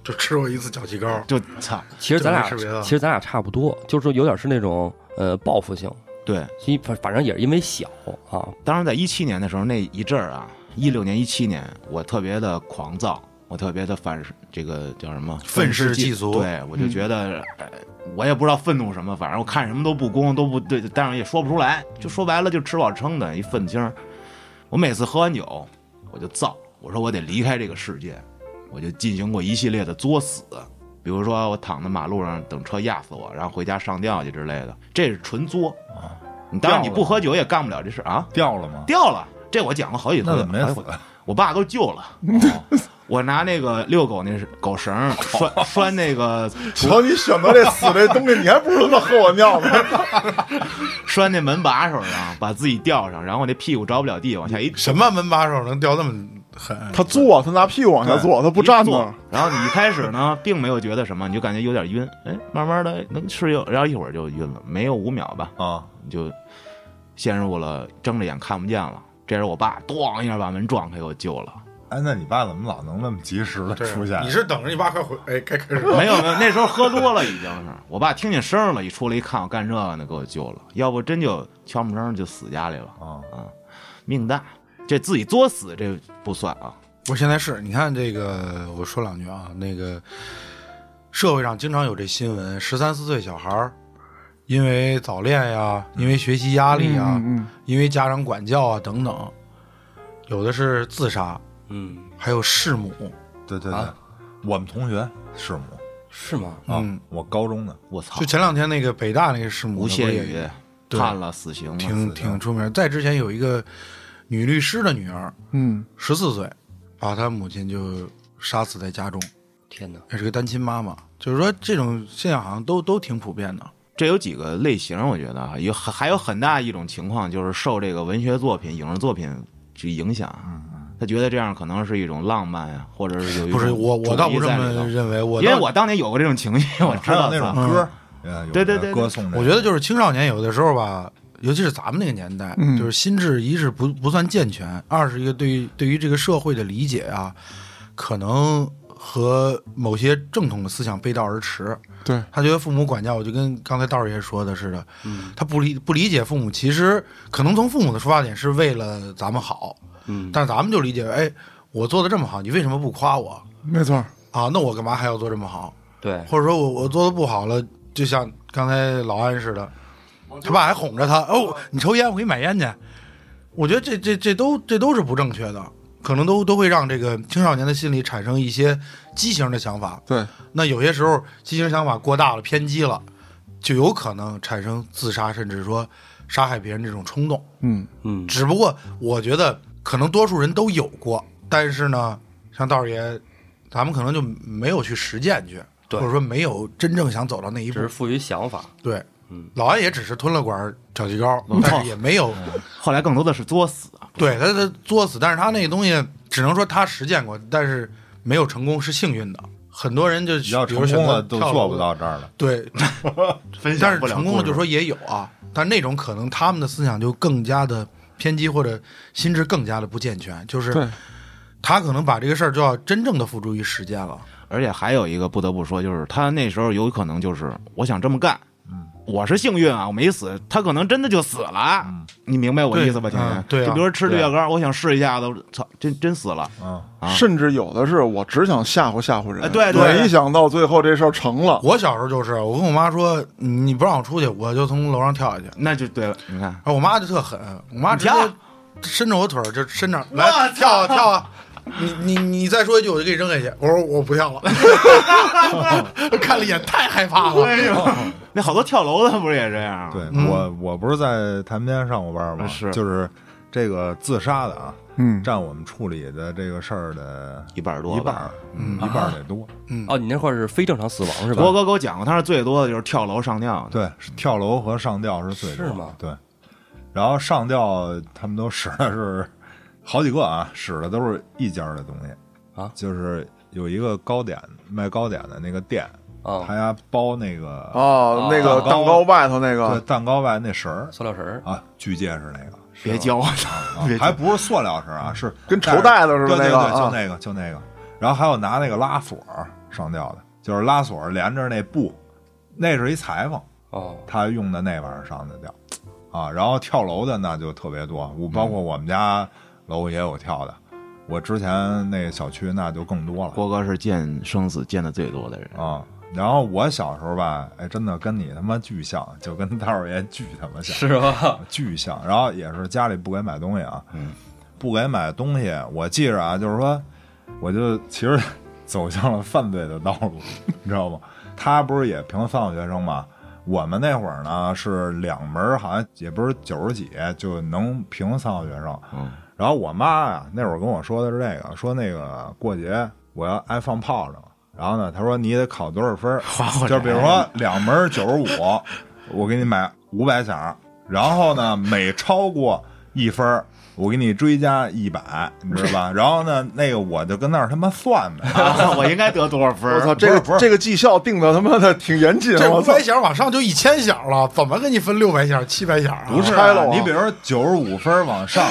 [SPEAKER 3] 就吃过一次脚气膏，
[SPEAKER 2] 就操，
[SPEAKER 1] 其实咱俩
[SPEAKER 3] 这没识别的
[SPEAKER 1] 其实咱俩差不多，就是说有点是那种呃报复性，
[SPEAKER 2] 对。
[SPEAKER 1] 所以反反正也是因为小啊，
[SPEAKER 2] 当然，在一七年的时候，那一阵儿啊，一六年、一七年，我特别的狂躁，我特别的反这个叫什么
[SPEAKER 3] 愤世嫉俗嗯
[SPEAKER 2] 对，我就觉得、哎我也不知道愤怒什么，反正我看什么都不公，都不对，但是也说不出来，就说白了就吃饱撑的一愤青儿。我每次喝完酒，我就躁，我说我得离开这个世界，我就进行过一系列的作死，比如说我躺在马路上等车压死我，然后回家上吊去之类的，这是纯作
[SPEAKER 5] 啊。
[SPEAKER 2] 你当然你
[SPEAKER 5] 吊了
[SPEAKER 2] 不喝酒也干不了这事儿啊。
[SPEAKER 5] 掉了吗？
[SPEAKER 2] 掉了。这我讲过好几次
[SPEAKER 5] 那
[SPEAKER 2] 了，
[SPEAKER 5] 怎么没
[SPEAKER 2] 好几
[SPEAKER 5] 死啊
[SPEAKER 2] 回？我 [LAUGHS] 爸给我救
[SPEAKER 5] [LAUGHS]
[SPEAKER 2] 了。哦我拿那个遛狗那狗绳儿拴拴那个
[SPEAKER 4] [LAUGHS] 瞧你选择这死这东西，你还不如他妈喝我尿
[SPEAKER 3] [LAUGHS]
[SPEAKER 4] 呢。
[SPEAKER 2] 拴那门把手上，把自己吊上，然后我那屁股着不了地，往下一
[SPEAKER 3] 什么门把手能掉那么狠？
[SPEAKER 4] 他坐，他拿屁股往下坐，他不站那儿。。
[SPEAKER 2] 然后你一开始呢，并没有觉得什么，你就感觉有点晕，哎，慢慢的能适应，然后一会儿就晕了，没有五秒吧，
[SPEAKER 5] 啊，
[SPEAKER 2] 你就陷入了睁着眼看不见了。这时候我爸咣一下把门撞开，给我救了。
[SPEAKER 5] 哎，那你爸怎么老能那么及时的
[SPEAKER 3] 对啊
[SPEAKER 5] 出现？
[SPEAKER 3] 你是等着你爸快回，哎，该开始
[SPEAKER 2] 没有没有，那时候喝多了已经是，我爸听见声儿了，一出来一看我干这个呢，给我救了，要不真就悄没声儿就死家里了，
[SPEAKER 5] 啊，
[SPEAKER 2] 命大。这自己作死这不算啊，
[SPEAKER 3] 我现在是，你看这个，我说两句啊，那个社会上经常有这新闻，十三四岁小孩儿因为早恋呀，因为学习压力呀，
[SPEAKER 4] 嗯，
[SPEAKER 3] 因为家长管教啊等等，有的是自杀，
[SPEAKER 1] 嗯，
[SPEAKER 3] 还有弑母。
[SPEAKER 5] 对对对
[SPEAKER 1] 啊，
[SPEAKER 5] 我们同学是母
[SPEAKER 1] 是吗？
[SPEAKER 5] 啊
[SPEAKER 3] 嗯，
[SPEAKER 5] 我高中的，
[SPEAKER 2] 我操
[SPEAKER 3] 就！前两天那个北大那个弑母
[SPEAKER 2] 吴
[SPEAKER 3] 的不
[SPEAKER 2] 谢
[SPEAKER 3] 是也
[SPEAKER 2] 宇
[SPEAKER 3] 对
[SPEAKER 2] 判了死刑了，
[SPEAKER 3] 挺挺出名。再之前有一个女律师的女儿，
[SPEAKER 4] 嗯，
[SPEAKER 3] 十四岁，把她母亲就杀死在家中，
[SPEAKER 1] 天哪，
[SPEAKER 3] 也是个单亲妈妈。就是说，这种现象好像都都挺普遍的。
[SPEAKER 2] 这有几个类型，我觉得啊，有还有很大一种情况就是受这个文学作品、影视作品去影响，啊他觉得这样可能是一种浪漫呀，或者是有一
[SPEAKER 3] 嗯不是
[SPEAKER 2] 种
[SPEAKER 3] 我，
[SPEAKER 2] 主
[SPEAKER 3] 我
[SPEAKER 2] 义
[SPEAKER 3] 倒不这
[SPEAKER 2] 在里
[SPEAKER 3] 么
[SPEAKER 2] 头
[SPEAKER 3] 认为。我
[SPEAKER 2] 因为
[SPEAKER 3] 倒
[SPEAKER 2] 我当年有过这种情绪，我知
[SPEAKER 5] 还有
[SPEAKER 2] 道
[SPEAKER 5] 那种
[SPEAKER 2] 操
[SPEAKER 5] 歌儿，嗯，有
[SPEAKER 2] 对对
[SPEAKER 5] 的
[SPEAKER 2] 对对
[SPEAKER 5] 歌颂这个，
[SPEAKER 3] 我觉得就是青少年有的时候吧，尤其是咱们那个年代，就是心智一是不不算健全，二是一个对于对于这个社会的理解啊，可能和某些正统的思想背道而驰。
[SPEAKER 4] 对，
[SPEAKER 3] 他觉得父母管教，我就跟刚才道儿爷说的似的，他不理不理解父母，其实可能从父母的出发点是为了咱们好，
[SPEAKER 1] 嗯，
[SPEAKER 3] 但咱们就理解，哎，我做的这么好，你为什么不夸我
[SPEAKER 4] 没错。
[SPEAKER 3] 啊？那我干嘛还要做这么好？
[SPEAKER 1] 对，
[SPEAKER 3] 或者说我我做的不好了，就像刚才老安似的，他爸还哄着他，哦，你抽烟，我给你买烟去。我觉得这这这都这都是不正确的，可能都都会让这个青少年的心理产生一些畸形的想法。
[SPEAKER 4] 对，
[SPEAKER 3] 那有些时候畸形想法过大了、偏激了，就有可能产生自杀，甚至说杀害别人这种冲动。
[SPEAKER 4] 嗯，
[SPEAKER 1] 嗯，
[SPEAKER 3] 只不过我觉得可能多数人都有过，但是呢，像道儿爷，咱们可能就没有去实践去，
[SPEAKER 1] 对
[SPEAKER 3] 或者说没有真正想走到那一步
[SPEAKER 1] 只是。赋予想法，
[SPEAKER 3] 对，
[SPEAKER 1] 嗯
[SPEAKER 3] 老安也只是吞了管小鸡膏，但是也没有，
[SPEAKER 5] 嗯
[SPEAKER 2] 后来更多的是作死啊，
[SPEAKER 3] 对他他作死，但是他那个东西只能说他实践过，但是没有成功是幸运的。很多人就
[SPEAKER 5] 你要
[SPEAKER 3] 比
[SPEAKER 5] 成
[SPEAKER 3] 如选
[SPEAKER 5] 功
[SPEAKER 3] 择
[SPEAKER 5] 了都
[SPEAKER 3] 跳楼
[SPEAKER 5] 做不
[SPEAKER 3] 的
[SPEAKER 5] 到这儿了。
[SPEAKER 3] 对，
[SPEAKER 2] [LAUGHS] 分
[SPEAKER 3] 但
[SPEAKER 2] 享
[SPEAKER 3] 是
[SPEAKER 2] 不了
[SPEAKER 3] 成功了就
[SPEAKER 2] 故事
[SPEAKER 3] 说也有啊，但那种可能他们的思想就更加的偏激或者心智更加的不健全，就是
[SPEAKER 4] 对
[SPEAKER 3] 他可能把这个事儿就要真正的付诸于实践了。
[SPEAKER 2] 而且还有一个不得不说，就是他那时候有可能就是我想这么干，我是幸运啊，我没死，他可能真的就死了，你明白我意思吧，
[SPEAKER 3] 对
[SPEAKER 2] 亲人
[SPEAKER 3] 嗯？对啊
[SPEAKER 2] 就比如说吃绿叶干，我想试一下子，操，真真死了，
[SPEAKER 5] 嗯，
[SPEAKER 2] 啊
[SPEAKER 4] 甚至有的是我只想吓唬吓唬人，
[SPEAKER 2] 哎对对
[SPEAKER 4] 没想到最后这事儿成了，
[SPEAKER 3] 我小时候就是，我跟我妈说你不让我出去，我就从楼上跳下去，
[SPEAKER 2] 那就对了，你看，
[SPEAKER 3] 然后我妈就特狠，我妈直接
[SPEAKER 2] 你跳
[SPEAKER 3] 伸着我腿儿就伸着来跳啊跳啊。你你你再说一句，我就给你扔下去。我说我不跳了， [LAUGHS] 看了一眼太害怕了。
[SPEAKER 2] [LAUGHS] 那好多跳楼的不是也这样？
[SPEAKER 5] 对，我我不是在潭边上过班吗？
[SPEAKER 2] 啊是
[SPEAKER 5] 就是这个自杀的啊，
[SPEAKER 4] 嗯，
[SPEAKER 5] 占我们处理的这个事儿的
[SPEAKER 2] 一半多
[SPEAKER 5] 一半
[SPEAKER 2] 吧
[SPEAKER 5] 儿，一半儿得多。
[SPEAKER 1] 哦，你那块儿是非正常死亡是吧？
[SPEAKER 2] 国哥给我讲过，他是最多的就是跳楼上吊，
[SPEAKER 5] 对，是跳楼和上吊是最多的
[SPEAKER 1] 是吗
[SPEAKER 5] 对，然后上吊他们都使的是好几个啊，使的都是一家的东西
[SPEAKER 1] 啊
[SPEAKER 5] 就是有一个糕点卖糕点的那个店，他
[SPEAKER 1] 啊，
[SPEAKER 5] 家包那个
[SPEAKER 4] 哦，那个
[SPEAKER 5] 蛋
[SPEAKER 4] 蛋
[SPEAKER 5] 糕
[SPEAKER 4] 糕外头那
[SPEAKER 5] 啊对
[SPEAKER 4] 个，
[SPEAKER 5] 蛋糕外那绳儿
[SPEAKER 1] 塑料绳儿，
[SPEAKER 5] 啊，巨戒指那个，
[SPEAKER 2] 别教我 [LAUGHS] 操，
[SPEAKER 5] 啊
[SPEAKER 2] 别
[SPEAKER 5] 还不是塑料绳儿啊，是
[SPEAKER 4] 嗯跟绸带子似的
[SPEAKER 5] 对对
[SPEAKER 4] 那个
[SPEAKER 5] 对，就
[SPEAKER 4] 啊
[SPEAKER 5] 那个就那个，然后还有拿那个拉锁儿上吊的，就是拉锁儿连着那布，那是一裁缝。
[SPEAKER 1] 哦，
[SPEAKER 5] 他用的那玩意儿上的吊，啊，然后跳楼的那就特别多，我包括我们家楼也有跳的，我之前那小区那就更多了
[SPEAKER 2] 郭哥是见生死见的最多的人，
[SPEAKER 5] 啊。然后我小时候吧，哎，真的跟你他妈巨像，就跟道儿爷巨他妈像，
[SPEAKER 1] 是吧？
[SPEAKER 5] [LAUGHS] 巨像。然后也是家里不给买东西啊，不给买东西，我记着啊，就是说，我就其实 [LAUGHS] 走向了犯罪的道路， [LAUGHS] 你知道吗？他不是也评犯罪学生吗？我们那会儿呢是两门儿，好像也不是九十几就能评三好学生。
[SPEAKER 2] 嗯，
[SPEAKER 5] 然后我妈呀、那会儿跟我说的是这个，说那个过节我要爱放炮仗，然后呢，她说你得考多少分儿，
[SPEAKER 2] [LAUGHS] 划过来
[SPEAKER 5] 就比如说两门九十五，我给你买五百响，然后呢每超过一分儿，我给你追加一百，你知道吧？然后呢，那个我就跟那儿他妈算呗，
[SPEAKER 2] 啊我应该得多少分
[SPEAKER 4] 我
[SPEAKER 2] 儿？
[SPEAKER 4] 操，这
[SPEAKER 5] 不是
[SPEAKER 4] 个这个绩效定的他妈的挺严谨，
[SPEAKER 3] 这
[SPEAKER 4] 我
[SPEAKER 3] 五
[SPEAKER 4] 操
[SPEAKER 3] 百，响往上就一千响了，怎么给你分六百响、七百响啊？
[SPEAKER 5] 不是
[SPEAKER 4] 拆了
[SPEAKER 5] 啊
[SPEAKER 4] 我
[SPEAKER 5] 你比如说九十五分往上，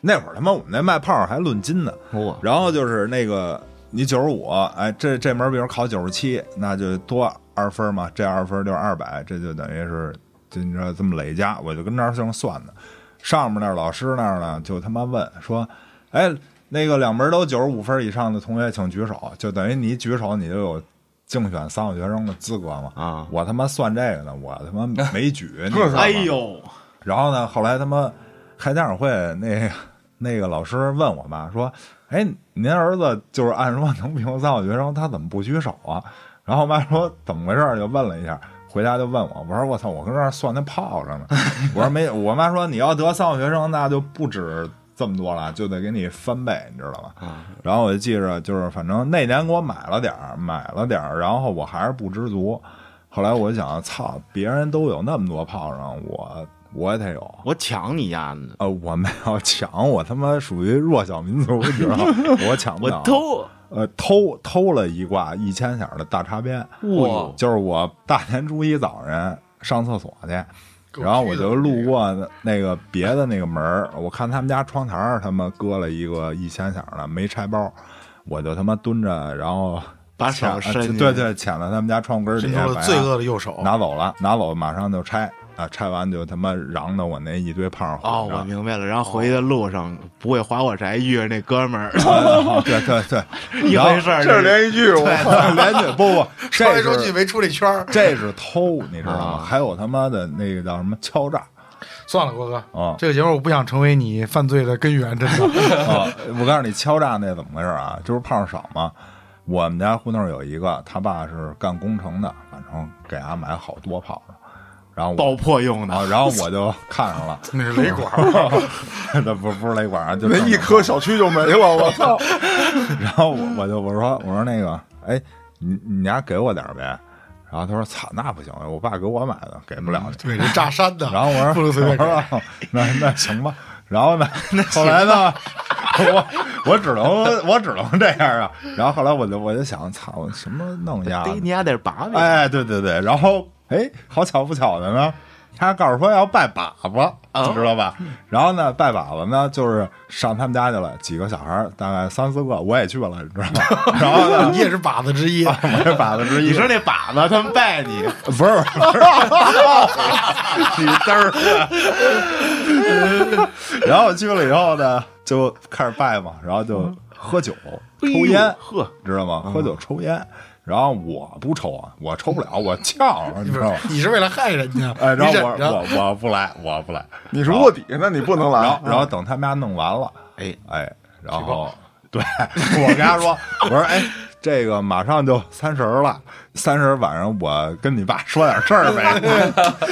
[SPEAKER 5] 那会儿他妈我们那卖炮还论斤呢
[SPEAKER 4] 哦
[SPEAKER 2] 哇，
[SPEAKER 4] 啊
[SPEAKER 5] 然后就是那个你九十五，哎，这这门比如考九十七，那就多二分嘛，这二分就是二百，这就等于是就你知道这么累加，我就跟那儿这么算的。上面那儿老师那儿呢，就他妈问说，哎，那个两门都九十五分以上的同学请举手，就等于你举手你就有。竞选三好学生的资格嘛？
[SPEAKER 2] 啊
[SPEAKER 5] 我他妈算这个呢，我他妈
[SPEAKER 4] [LAUGHS]
[SPEAKER 5] 没举，你知道吗？
[SPEAKER 2] 哎呦，
[SPEAKER 5] 然后呢，后来他妈开家长会，那个那个老师问我妈说：“哎，您儿子就是按说能评三好学生，他怎么不举手啊？” [LAUGHS] 然后我妈说：“怎么回事儿？”就问了一下，回家就问我，我说：“我操，我跟这儿算那炮仗呢。”我说：“没。”我妈说：“你要得三好学生，那就不止。”这么多了，就得给你翻倍，你知道吧？然后我就记着，就是反正那年给我买了点儿，买了点儿，然后我还是不知足。后来我就想，操，别人都有那么多炮仗，我我也得有。
[SPEAKER 2] 我抢你丫的！
[SPEAKER 5] 呃，我没有抢，我他妈属于弱小民族，你知道吗？我抢不
[SPEAKER 2] 我
[SPEAKER 5] 了，
[SPEAKER 2] 偷，
[SPEAKER 5] 呃偷偷了一挂一千响的大插鞭，
[SPEAKER 1] 哇
[SPEAKER 5] 就是我大年初一早晨上厕所去，然后我就路过那个别的那个门儿，我看他们家窗台儿他妈搁了一个一千响的，没拆包，我就他妈蹲着，然后
[SPEAKER 2] 把
[SPEAKER 5] 抢呃
[SPEAKER 2] 手伸进去
[SPEAKER 5] 啊对对，潜到他们家窗户根儿底
[SPEAKER 3] 伸出
[SPEAKER 5] 下，
[SPEAKER 3] 了
[SPEAKER 5] 把
[SPEAKER 3] 罪恶的右手，
[SPEAKER 5] 拿走了，拿走马上就拆啊，拆完就他妈嚷的我那一堆胖虎。
[SPEAKER 2] 哦，我明白了。然后回去的路上不会划火柴，遇着那哥们儿 [LAUGHS]
[SPEAKER 5] 啊对对对，
[SPEAKER 2] 一
[SPEAKER 5] 然后
[SPEAKER 2] 回事儿，
[SPEAKER 4] 这是连一句我操，
[SPEAKER 5] 连起来不
[SPEAKER 3] [LAUGHS]
[SPEAKER 5] 不，
[SPEAKER 3] 说
[SPEAKER 5] 这
[SPEAKER 3] 来说去
[SPEAKER 5] 是
[SPEAKER 3] 没出这圈儿。
[SPEAKER 5] 这是偷，你知道吗？
[SPEAKER 2] 啊
[SPEAKER 5] 还有他妈的那个叫什么敲诈，
[SPEAKER 3] 算了，郭哥，
[SPEAKER 5] 啊
[SPEAKER 3] 这个节目我不想成为你犯罪的根源，真
[SPEAKER 5] [LAUGHS]
[SPEAKER 3] 的。
[SPEAKER 5] 啊！我告诉你，敲诈那怎么回事啊？就是胖儿少嘛。我们家胡同有一个，他爸是干工程的，反正给俺买好多炮仗，然后我
[SPEAKER 2] 爆破用
[SPEAKER 5] 啊
[SPEAKER 2] 的，，
[SPEAKER 5] 然后我就看
[SPEAKER 2] [LAUGHS]
[SPEAKER 5] 上了， [LAUGHS]
[SPEAKER 3] 那是雷管，
[SPEAKER 5] 这不不是雷管啊，就
[SPEAKER 4] 那
[SPEAKER 5] 正
[SPEAKER 4] 一
[SPEAKER 5] 常
[SPEAKER 4] 颗小区就没了，我操！
[SPEAKER 5] 然后我我就我说我说那个，哎，你你家给我点儿呗。然后他说：“操，那不行，我爸给我买的，给不了你。
[SPEAKER 3] 对，是炸山的。
[SPEAKER 5] 然后我
[SPEAKER 3] [LAUGHS]
[SPEAKER 5] 说：“
[SPEAKER 3] 不能随便
[SPEAKER 5] 我
[SPEAKER 3] 给。
[SPEAKER 5] 说啊那那行吧。”
[SPEAKER 3] [LAUGHS]
[SPEAKER 5] 然后呢，后来呢，我我只能我只能这样啊。然后后来我就我就想，操，我什么弄呀？
[SPEAKER 2] 逮你丫得拔呗。
[SPEAKER 5] 哎，对对对。然后哎，好巧不巧的呢，他告诉说要拜把子，你知道吧？然后呢，拜把子呢，就是上他们家去了，几个小孩儿，大概三四个，我也去了，你知道吗？ [LAUGHS] 然后呢
[SPEAKER 3] 你，也是靶子之一，啊
[SPEAKER 5] [LAUGHS] 我也把子之一，
[SPEAKER 2] 你说那靶子他们拜你，
[SPEAKER 5] 不是 [LAUGHS] 不是，你嘚儿。然后去了以后呢，就开始拜嘛，然后就喝酒、抽烟，
[SPEAKER 2] 呵，
[SPEAKER 5] 知道吗？喝酒抽烟。然后我不抽啊，我抽不了，我呛，你
[SPEAKER 3] 不
[SPEAKER 5] 知
[SPEAKER 3] 是
[SPEAKER 5] 道吗？？
[SPEAKER 3] 你是为了害人家，
[SPEAKER 5] 哎，然
[SPEAKER 3] 你
[SPEAKER 5] 后
[SPEAKER 3] 忍着
[SPEAKER 5] 我我我不来，我不来。
[SPEAKER 4] 你是卧底，那你不能来。啊
[SPEAKER 5] 然后然后等他们家弄完了，
[SPEAKER 2] 哎，
[SPEAKER 5] 啊哎，然后对我跟他说，我说哎，这个马上就三十儿了，三十儿晚上我跟你爸说点事儿 [LAUGHS] 呗。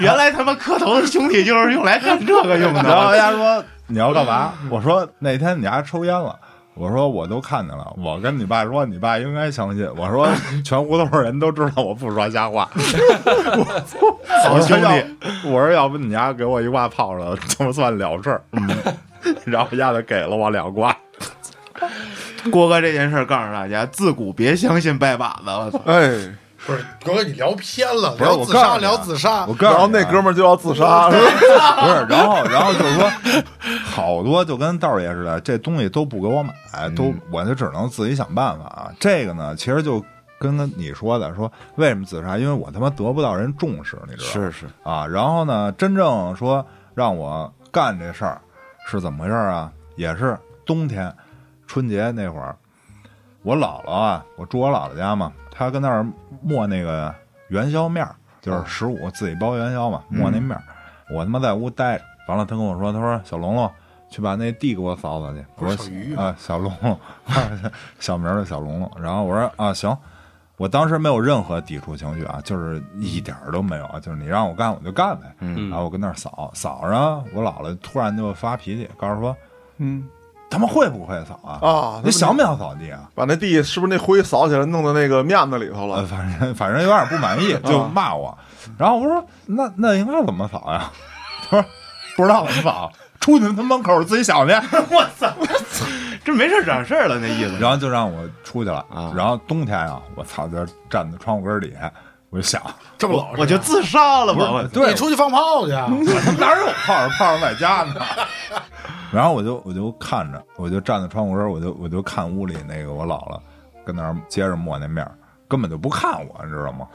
[SPEAKER 2] 原来他妈磕头的兄弟就是用来干这个用
[SPEAKER 5] 然后
[SPEAKER 2] 的。
[SPEAKER 5] 人家说你要干嘛？我说那天你还抽烟了。我说我都看见了，我跟你爸说，你爸应该相信。我说全胡同人都知道我不说瞎话。 [LAUGHS] 我
[SPEAKER 2] 好
[SPEAKER 5] 说
[SPEAKER 2] 兄
[SPEAKER 5] 要
[SPEAKER 2] 弟，，
[SPEAKER 5] 我说要不你哎丫给我一挂炮了，就算了事儿。
[SPEAKER 2] 嗯
[SPEAKER 5] [LAUGHS] 然后丫的给了我两挂。
[SPEAKER 2] [LAUGHS] 郭哥这件事儿告诉大家，自古别相信拜把子。
[SPEAKER 5] [LAUGHS]
[SPEAKER 2] 我操，
[SPEAKER 4] 哎，
[SPEAKER 3] 不是哥哥，你聊偏了，
[SPEAKER 5] 是
[SPEAKER 3] 聊
[SPEAKER 5] 我
[SPEAKER 3] 自
[SPEAKER 5] 告诉
[SPEAKER 3] 杀，
[SPEAKER 5] 你
[SPEAKER 3] 聊
[SPEAKER 5] 啊
[SPEAKER 3] 自杀
[SPEAKER 5] 我。告
[SPEAKER 4] 然
[SPEAKER 5] 诉
[SPEAKER 4] 后
[SPEAKER 5] 你
[SPEAKER 4] 那
[SPEAKER 5] 啊
[SPEAKER 4] 哥们儿就要自杀，是吧
[SPEAKER 5] 不是，然后然后就是说，好多就跟道儿爷似的，这东西都不给我买，都我就只能自己想办法啊。这个呢，其实就跟你说的，说为什么自杀，因为我他妈得不到人重视，你知道吗
[SPEAKER 2] 是，
[SPEAKER 5] 啊。然后呢，真正说让我干这事儿是怎么回事儿啊？也是冬天，春节那会儿，我姥姥啊，我住我姥姥家嘛，她跟那儿磨那个元宵面儿，
[SPEAKER 3] 哦
[SPEAKER 5] 就是十五自己包元宵嘛，
[SPEAKER 3] 嗯
[SPEAKER 5] 磨那面儿。我他妈在屋待着，完了，她跟我说，她说小龙龙，去把那地给我扫扫去。我说
[SPEAKER 3] 小鱼
[SPEAKER 5] 啊，小龙 [LAUGHS] 龙，小名儿的小龙龙。然后我说啊，行。我当时没有任何抵触情绪啊，就是一点儿都没有啊，就是你让我干我就干呗。
[SPEAKER 1] 嗯
[SPEAKER 5] 然后我跟那儿扫扫着，我姥姥突然就发脾气，告诉说
[SPEAKER 4] 嗯
[SPEAKER 5] 他们会不会扫
[SPEAKER 4] [LAUGHS]
[SPEAKER 5] 啊？
[SPEAKER 4] 啊，
[SPEAKER 5] 你想不想扫地啊？
[SPEAKER 4] 把那地是不是那灰扫起来弄到那个面子里头
[SPEAKER 5] 呃，
[SPEAKER 4] 了？
[SPEAKER 5] 反正反正有点不满意，就骂我。然后我说那那应该怎么扫呀？他说不知道怎么扫，出去他门口自己想去。
[SPEAKER 2] 我操，这没事儿找事儿了那意思。
[SPEAKER 5] 然后就让我出去了
[SPEAKER 2] 啊。
[SPEAKER 5] 然后冬天啊，我操，就站在窗户根儿底下，我就想，
[SPEAKER 3] 这么老实，啊
[SPEAKER 2] 我就自杀了
[SPEAKER 5] 不
[SPEAKER 2] 吧，我
[SPEAKER 5] 是对嗯
[SPEAKER 3] 你，出去放炮去啊！
[SPEAKER 5] 我他妈 [LAUGHS] 哪有炮儿？炮儿在家呢。然后我就我就看着，我就站在窗户根儿，我就我就看屋里那个我姥姥跟那儿接着抹那面儿，根本就不看我，你知道吗？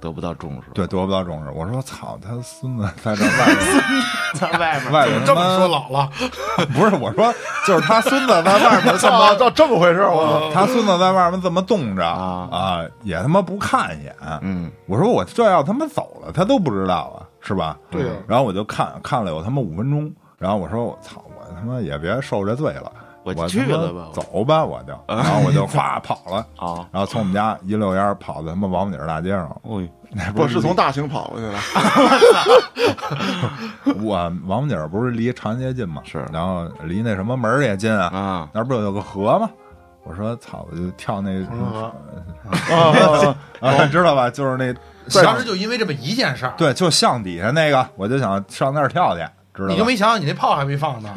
[SPEAKER 2] 得不到重视。
[SPEAKER 5] 对，得不到重视。我说操，他孙子在这外面，
[SPEAKER 2] 在外面
[SPEAKER 5] 外面
[SPEAKER 3] 这
[SPEAKER 5] 他
[SPEAKER 3] 么说
[SPEAKER 5] 妈
[SPEAKER 3] 老了，
[SPEAKER 5] [LAUGHS] 不是我说，就是他孙子在外面这
[SPEAKER 4] 啊，
[SPEAKER 5] 么，
[SPEAKER 4] 照这么回事儿，我
[SPEAKER 5] 他孙子在外面这么冻着
[SPEAKER 2] 啊
[SPEAKER 5] 啊，也他妈不看一眼。
[SPEAKER 2] 嗯，
[SPEAKER 5] 我说我这要他妈走了，他都不知道啊，是吧？
[SPEAKER 3] 对啊
[SPEAKER 5] 然后我就看看了有他妈五分钟，然后我说我操，我他妈也别受这罪了，
[SPEAKER 2] 我
[SPEAKER 5] 我
[SPEAKER 2] 去
[SPEAKER 5] 他妈
[SPEAKER 2] 了吧我
[SPEAKER 5] 走吧，我就，然后我就咵跑了，
[SPEAKER 2] 啊，
[SPEAKER 5] 然后从我们家一溜烟儿跑到他妈王府井大街上，
[SPEAKER 2] 哦，
[SPEAKER 5] 那哎不
[SPEAKER 4] 我是从大兴跑过去的。
[SPEAKER 5] 我王府井不是离长安街近嘛，
[SPEAKER 2] 是
[SPEAKER 5] 然后离那什么门儿也近啊，
[SPEAKER 2] 啊，
[SPEAKER 5] 那不有个河吗？我说操，我就跳那什 [LAUGHS] 么
[SPEAKER 3] 河
[SPEAKER 5] 啊，啊知道吧？就是那
[SPEAKER 3] 当
[SPEAKER 5] 巷
[SPEAKER 3] 时就因为这么一件事儿，
[SPEAKER 5] 对，就巷底下那个，我就想上那儿跳去，知道吧？
[SPEAKER 3] 你就没想想你那炮还没放
[SPEAKER 5] [LAUGHS]
[SPEAKER 3] 呢，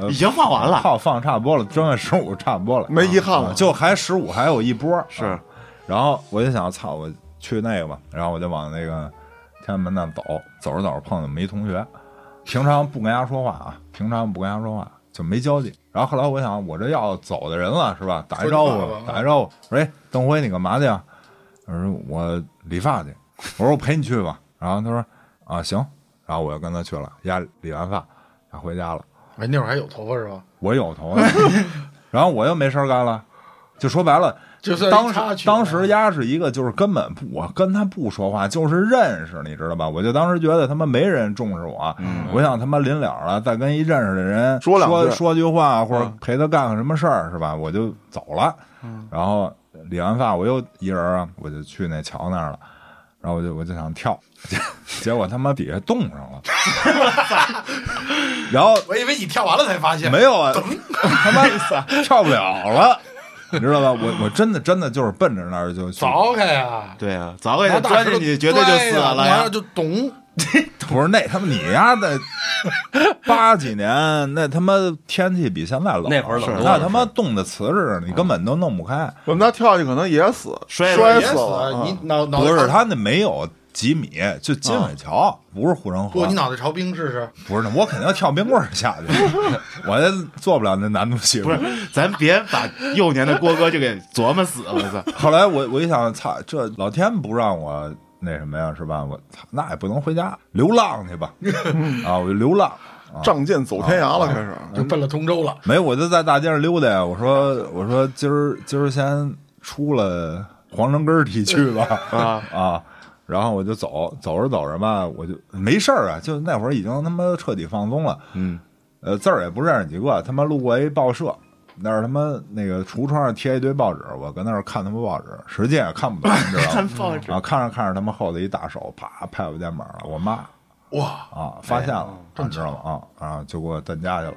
[SPEAKER 5] 呃
[SPEAKER 2] 已经放完了。
[SPEAKER 5] 炮放差不多了，正月十五差不多了，
[SPEAKER 4] 没遗憾了
[SPEAKER 5] 啊就还十五还有一波
[SPEAKER 2] 是
[SPEAKER 5] 啊然后我就想，操，我去那个吧，然后我就往那个天安门那走，走着走着碰见没同学，平常不跟人家说话啊，平常不跟人家说话就没交集。然后后来我想，我这要走的人了是吧？打一招
[SPEAKER 3] 说句
[SPEAKER 5] 呼
[SPEAKER 3] 话吧，
[SPEAKER 5] 打一招呼，我说哎，邓辉你干嘛去啊？我说我理发去，我说我陪你去吧。然后他说啊行，然后我就跟他去了，丫理完发，他回家了。
[SPEAKER 3] 哎，那会儿还有头发是吧？
[SPEAKER 5] [LAUGHS] 我有头发，然后我又没事儿干了，就说白了，
[SPEAKER 4] 就算一
[SPEAKER 5] 当时
[SPEAKER 4] 插曲啊
[SPEAKER 5] 当时丫是一个就是根本不，我跟他不说话，就是认识，你知道吧？我就当时觉得他妈没人重视我，我想他妈临了了再跟一认识的人
[SPEAKER 4] 嗯说两句
[SPEAKER 5] 说说句话或者
[SPEAKER 4] 嗯
[SPEAKER 5] 陪他干个什么事儿是吧？我就走了，然后理完发我又一人啊，我就去那桥那儿了。然后我就我就想跳，结果他妈底下冻上了， [LAUGHS] 然后
[SPEAKER 3] 我以为你跳完了才发现，
[SPEAKER 5] 没有啊，他妈跳不了了，你知道吧？我我真的真的就是奔着那儿就去，
[SPEAKER 3] 凿开哎呀，
[SPEAKER 2] 对啊，早给
[SPEAKER 3] 拿
[SPEAKER 2] 他
[SPEAKER 3] 大
[SPEAKER 2] 钻
[SPEAKER 3] 石头
[SPEAKER 2] 进去，绝对就死
[SPEAKER 3] 摔
[SPEAKER 2] 了
[SPEAKER 3] 完
[SPEAKER 2] 呀
[SPEAKER 3] 了！就咚，
[SPEAKER 5] 不是那他妈你丫的八几年那他妈天气比现在冷，
[SPEAKER 1] 那会儿冷多
[SPEAKER 5] 那
[SPEAKER 1] 了
[SPEAKER 5] 他妈冻得瓷实，你根本都弄不开。
[SPEAKER 4] [LAUGHS] 我们家跳下去可能也死，
[SPEAKER 2] 摔了
[SPEAKER 4] 摔
[SPEAKER 2] 也
[SPEAKER 4] 死
[SPEAKER 2] 死
[SPEAKER 4] 了。
[SPEAKER 3] 你
[SPEAKER 4] 啊
[SPEAKER 3] 脑脑
[SPEAKER 5] 不
[SPEAKER 3] 袋
[SPEAKER 5] 是
[SPEAKER 3] 朝
[SPEAKER 5] 他那没有几米，就金水桥，不是护城
[SPEAKER 3] 不，
[SPEAKER 5] 河
[SPEAKER 3] 你，脑袋朝冰试试，
[SPEAKER 5] 不是我肯定跳冰棍儿下去，我这做不了那难度系数
[SPEAKER 2] 不。是，咱别把幼年的郭哥就给琢磨死了，我操！
[SPEAKER 5] 后来我我一想，操，这老天不让我那什么呀，是吧？我操，那也不能回家，流浪去吧，啊，我就流浪。啊、
[SPEAKER 4] 仗剑走天涯了，开始。
[SPEAKER 3] 就奔了通州了。
[SPEAKER 5] 没有，我就在大街上溜达呀。我说， [LAUGHS] 我说今儿今儿先出了皇城根儿地区吧，啊啊，然后我就走，走着走着吧，我就没事儿啊，就那会儿已经他妈彻底放松了，
[SPEAKER 2] 嗯，
[SPEAKER 5] 呃，字儿也不认识几个，他妈路过一报社。那儿他妈那个橱窗上贴一堆报纸，我搁那儿看他妈报纸，实际也看不懂，你知道吗？
[SPEAKER 2] [LAUGHS] [LAUGHS] 看报纸
[SPEAKER 5] 然后看着看着，他们后头一大手啪拍我肩膀了，我妈
[SPEAKER 3] 哇，
[SPEAKER 5] 啊发现
[SPEAKER 3] 哎
[SPEAKER 5] 了，你知道吗？啊，然后就给我蹬家去了，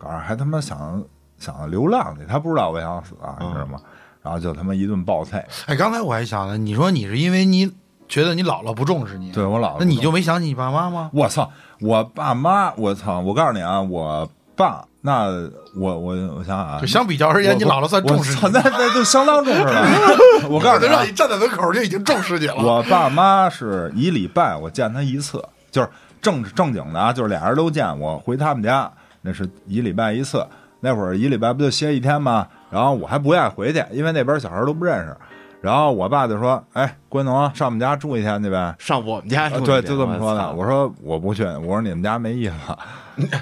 [SPEAKER 5] 赶上还他妈想想流浪去，他不知道我想死啊，你知道
[SPEAKER 3] 嗯
[SPEAKER 5] 吗？然后就他妈一顿暴菜，
[SPEAKER 3] 哎，刚才我还想呢，你说你是因为你觉得你姥姥不重视你，
[SPEAKER 5] 对我姥姥
[SPEAKER 3] 那你就没想起你爸妈吗？
[SPEAKER 5] 我操，我爸妈，我操，我告诉你啊，我爸那我我我想想啊
[SPEAKER 3] 就，相比较而
[SPEAKER 5] 我
[SPEAKER 3] 言，你姥姥算重视
[SPEAKER 5] 我操
[SPEAKER 3] 你
[SPEAKER 5] 那
[SPEAKER 3] 的，
[SPEAKER 5] 那就相当重视
[SPEAKER 3] [LAUGHS]
[SPEAKER 5] 了。我告诉
[SPEAKER 3] 能
[SPEAKER 5] 你啊
[SPEAKER 3] 让你，站在门口就已经重视你了。
[SPEAKER 5] 我爸妈是一礼拜我见他一次，就是正正经的啊，就是俩人都见。我回他们家那是一礼拜一次，那会儿一礼拜不就歇一天吗？然后我还不愿意回去，因为那边小孩都不认识。然后我爸就说：“哎，关农上我们家住一天去呗。
[SPEAKER 2] 上我们家
[SPEAKER 5] 啊
[SPEAKER 2] 住去、
[SPEAKER 5] 对，就这么说的。
[SPEAKER 2] 操
[SPEAKER 5] 我说我不去，我说你们家没意思。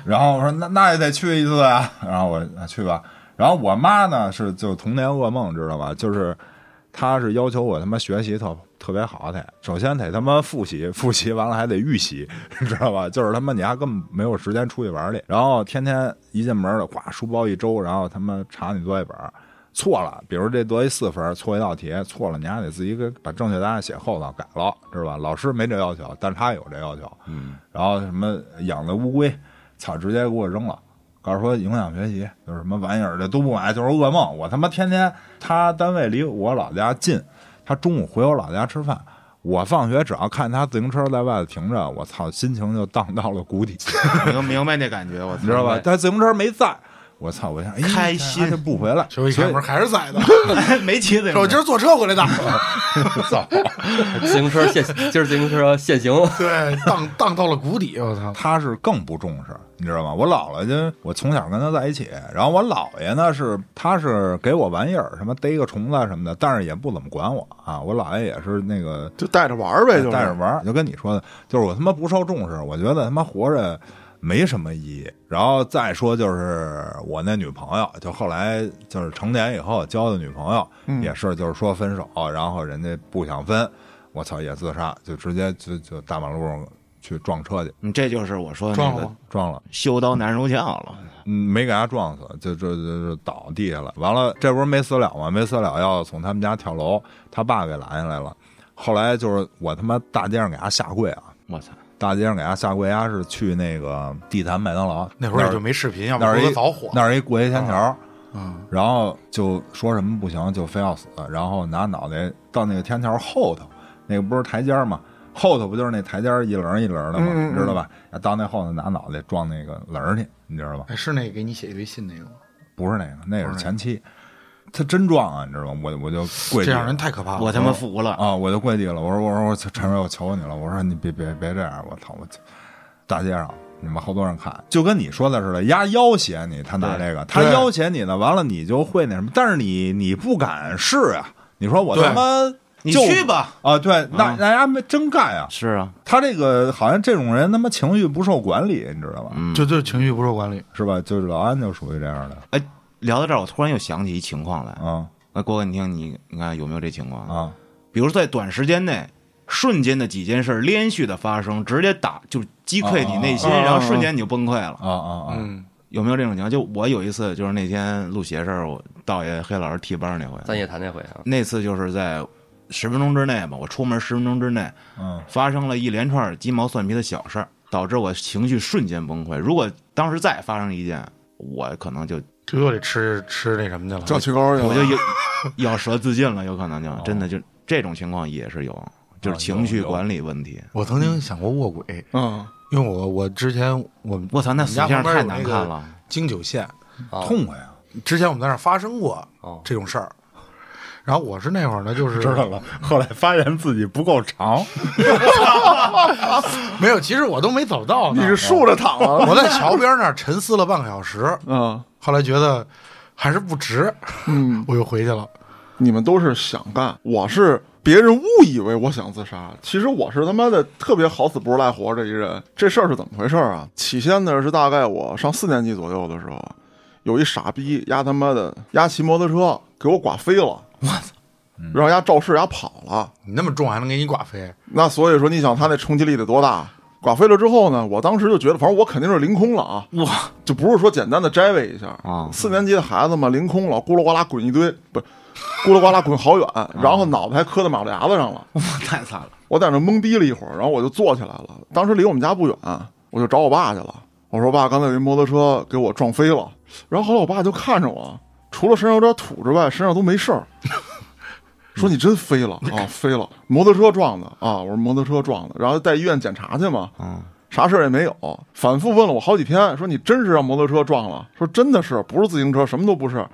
[SPEAKER 5] 然后我说那那也得去一次啊。 [LAUGHS] 然后我说那去吧。然后我妈呢是就童年噩梦，知道吧？就是她是要求我他妈学习特特别好得，首先得他妈复习，复习完了还得预习， [LAUGHS] 你知道吧？就是他妈你还根本没有时间出去玩去，然后天天一进门儿了，咵书包一周，然后他妈查你作业本儿。错了，比如这得一四分儿，错一道题，错了你还得自己给把正确答案写后头改了，知道吧？老师没这要求，但是他有这要求。嗯，然后什么养的乌龟，操，直接给我扔了，告诉说影响学习，就是什么玩意儿的都不买，就是噩梦。我他妈天天，他单位离我老家近，他中午回我老家吃饭。我放学只要看他自行车在外头停着，我操，心情就荡到了谷底。
[SPEAKER 2] 能明白那感觉，我操
[SPEAKER 3] [LAUGHS]
[SPEAKER 5] 你知道吧？？他自行车没在，我操！我想，哎，
[SPEAKER 2] 开心
[SPEAKER 5] 他就不回来，
[SPEAKER 3] 结果一
[SPEAKER 5] 所
[SPEAKER 3] 开
[SPEAKER 5] 以
[SPEAKER 3] 门还是在的，
[SPEAKER 2] [LAUGHS] 没骑自行
[SPEAKER 3] 说我今
[SPEAKER 2] 车，
[SPEAKER 3] 儿坐车回来的。
[SPEAKER 5] 操！
[SPEAKER 1] 自行车限， [LAUGHS] 今儿自行车限行，
[SPEAKER 3] 对，荡荡到了谷底，我操！
[SPEAKER 5] 他是更不重视，你知道吗？我姥姥就我从小跟他在一起，然后我姥爷呢是他是给我玩意儿，什么逮个虫子啊什么的，但是也不怎么管我啊。我姥爷也是那个
[SPEAKER 4] 就带着玩儿呗，就是
[SPEAKER 5] 哎
[SPEAKER 4] 嗯
[SPEAKER 5] 带着玩儿，就跟你说的，就是我他妈不受重视，我觉得他妈活着没什么意义。然后再说就是我那女朋友，就后来就是成年以后交的女朋友，
[SPEAKER 4] 嗯
[SPEAKER 5] 也是就是说分手，然后人家不想分，我操也自杀，就直接就就大马路上去撞车去，
[SPEAKER 2] 你嗯这就是我说的
[SPEAKER 3] 撞
[SPEAKER 2] 那
[SPEAKER 3] 了
[SPEAKER 2] 个
[SPEAKER 3] 吗？
[SPEAKER 5] 撞了。
[SPEAKER 2] 修刀难如匠了。
[SPEAKER 5] 嗯，没给他撞死，就就就就倒地下了。完了，这不是没死了吗？没死了，要从他们家跳楼，他爸给拦下来了。后来就是我他妈大街上给他下跪啊，
[SPEAKER 2] 我操！
[SPEAKER 5] 大街上给他下跪，他是去那个地坛麦当劳，
[SPEAKER 3] 那会儿也就没视频，要不
[SPEAKER 5] 那儿
[SPEAKER 3] 然
[SPEAKER 5] 一
[SPEAKER 3] 早火。
[SPEAKER 5] 那儿一过街天桥，
[SPEAKER 3] 嗯，
[SPEAKER 5] 然后就说什么不行，就非要死，然后拿脑袋到那个天桥后头，那个不是台阶儿吗？后头不就是那台阶儿一棱儿一棱儿的吗？
[SPEAKER 4] 嗯嗯嗯
[SPEAKER 5] 你知道吧？到那后头拿脑袋撞那个棱儿去，你知道吧？
[SPEAKER 3] 哎，是那个给你写一堆信那个吗？
[SPEAKER 5] 不是那个，那个是前妻。他真撞啊，你知道吗？我我就跪地
[SPEAKER 3] 这让
[SPEAKER 5] 了
[SPEAKER 3] 人太可怕了。
[SPEAKER 2] 我他妈服了！
[SPEAKER 5] 啊，我就跪地了。我说我说我陈瑞，我求你了，我说你别别别这样，我操我操！大街上你们好多人看，就跟你说的似的，丫要挟你，他拿这个，他
[SPEAKER 3] 对
[SPEAKER 5] 要挟你呢，完了你就会那什么，但是你你不敢试啊，你说我
[SPEAKER 3] 对嗯
[SPEAKER 5] 他妈
[SPEAKER 2] 你
[SPEAKER 5] 就
[SPEAKER 2] 去吧
[SPEAKER 5] 啊，对，那那丫没真干啊。
[SPEAKER 2] 是啊，
[SPEAKER 5] 他这个好像这种人他妈情绪不受管理，你知道吧？
[SPEAKER 3] 就就情绪不受管理。
[SPEAKER 5] 是吧？就是老安就属于这样的
[SPEAKER 2] 哎，聊到这儿，我突然又想起一情况来。
[SPEAKER 5] 啊，
[SPEAKER 2] 那郭哥，你听你你看有没有这情况？
[SPEAKER 5] 啊，
[SPEAKER 2] 比如在短时间内，瞬间的几件事儿连续的发生，直接打就击溃你内心，
[SPEAKER 4] 啊啊啊
[SPEAKER 2] 然后瞬间你就崩溃了。
[SPEAKER 5] 啊啊啊！
[SPEAKER 4] 嗯，
[SPEAKER 2] 有没有这种情况？就我有一次，就是那天录鞋事儿，我道爷黑老师替班儿那回，
[SPEAKER 1] 咱夜谈那回啊，
[SPEAKER 2] 那次就是在十分钟之内吧，我出门十分钟之内
[SPEAKER 5] 嗯
[SPEAKER 2] 发生了一连串鸡毛蒜皮的小事儿，导致我情绪瞬间崩溃。如果当时再发生一件，我可能就
[SPEAKER 3] 这又得吃吃那什么去了。
[SPEAKER 4] 叫雪糕去了，
[SPEAKER 2] 我就咬咬舌自尽了，有可能就真的就这种情况也是哦啊有，就是情绪管理问题。
[SPEAKER 3] 我曾经想过卧轨，
[SPEAKER 4] 嗯，
[SPEAKER 3] 因为我我之前我们
[SPEAKER 2] 我操，那死
[SPEAKER 3] 我
[SPEAKER 2] 相
[SPEAKER 3] 们家旁边
[SPEAKER 2] 太
[SPEAKER 3] 有
[SPEAKER 2] 难
[SPEAKER 3] 那个
[SPEAKER 2] 看了。
[SPEAKER 3] 经九线，
[SPEAKER 1] 啊
[SPEAKER 5] 痛快呀！
[SPEAKER 3] 之前我们在那儿发生过
[SPEAKER 1] 哦
[SPEAKER 3] 这种事儿。然后我是那会儿呢，就是
[SPEAKER 5] 知道了，后来发现自己不够长，
[SPEAKER 3] 没有，其实我都没走到
[SPEAKER 4] 你
[SPEAKER 3] 呢
[SPEAKER 4] 是，竖着躺啊，
[SPEAKER 3] [LAUGHS] 我在桥边那儿沉思了半个小时，
[SPEAKER 4] 嗯
[SPEAKER 3] 后来觉得还是不值，
[SPEAKER 4] 嗯，
[SPEAKER 3] 我又回去了。
[SPEAKER 4] 你们都是想干，我是别人误以为我想自杀，其实我是他妈的特别好死不如赖活着一人。这事儿是怎么回事儿啊？起先呢是大概我上四年级左右的时候，有一傻逼丫他妈的丫骑摩托车给我刮飞了，我操！然后丫肇事，丫跑了。
[SPEAKER 3] 你那么重还能给你刮飞？
[SPEAKER 4] 那所以说，你想他那冲击力得多大？刮飞了之后呢，我当时就觉得，反正我肯定是凌空了啊，
[SPEAKER 2] 哇，
[SPEAKER 4] 就不是说简单的摘位一下
[SPEAKER 2] 啊
[SPEAKER 4] 四年级的孩子嘛，凌空了，咕噜呱啦滚一堆，不是，咕噜呱啦滚好远，然后脑袋还磕到马路牙子上了。
[SPEAKER 2] 啊哇，太惨了！
[SPEAKER 4] 我在那懵逼了一会儿，然后我就坐起来了。当时离我们家不远，我就找我爸去了。我说：“爸，刚才有一摩托车给我撞飞了。”然后后来我爸就看着我，除了身上有点土之外，身上都没事儿。说你真飞了
[SPEAKER 2] 嗯
[SPEAKER 4] 啊，飞了！摩托车撞的啊！我说摩托车撞的，然后带医院检查去嘛，
[SPEAKER 2] 嗯，
[SPEAKER 4] 啥事儿也没有。反复问了我好几天，说你真是让摩托车撞了？说真的是，不是自行车，什么都不是。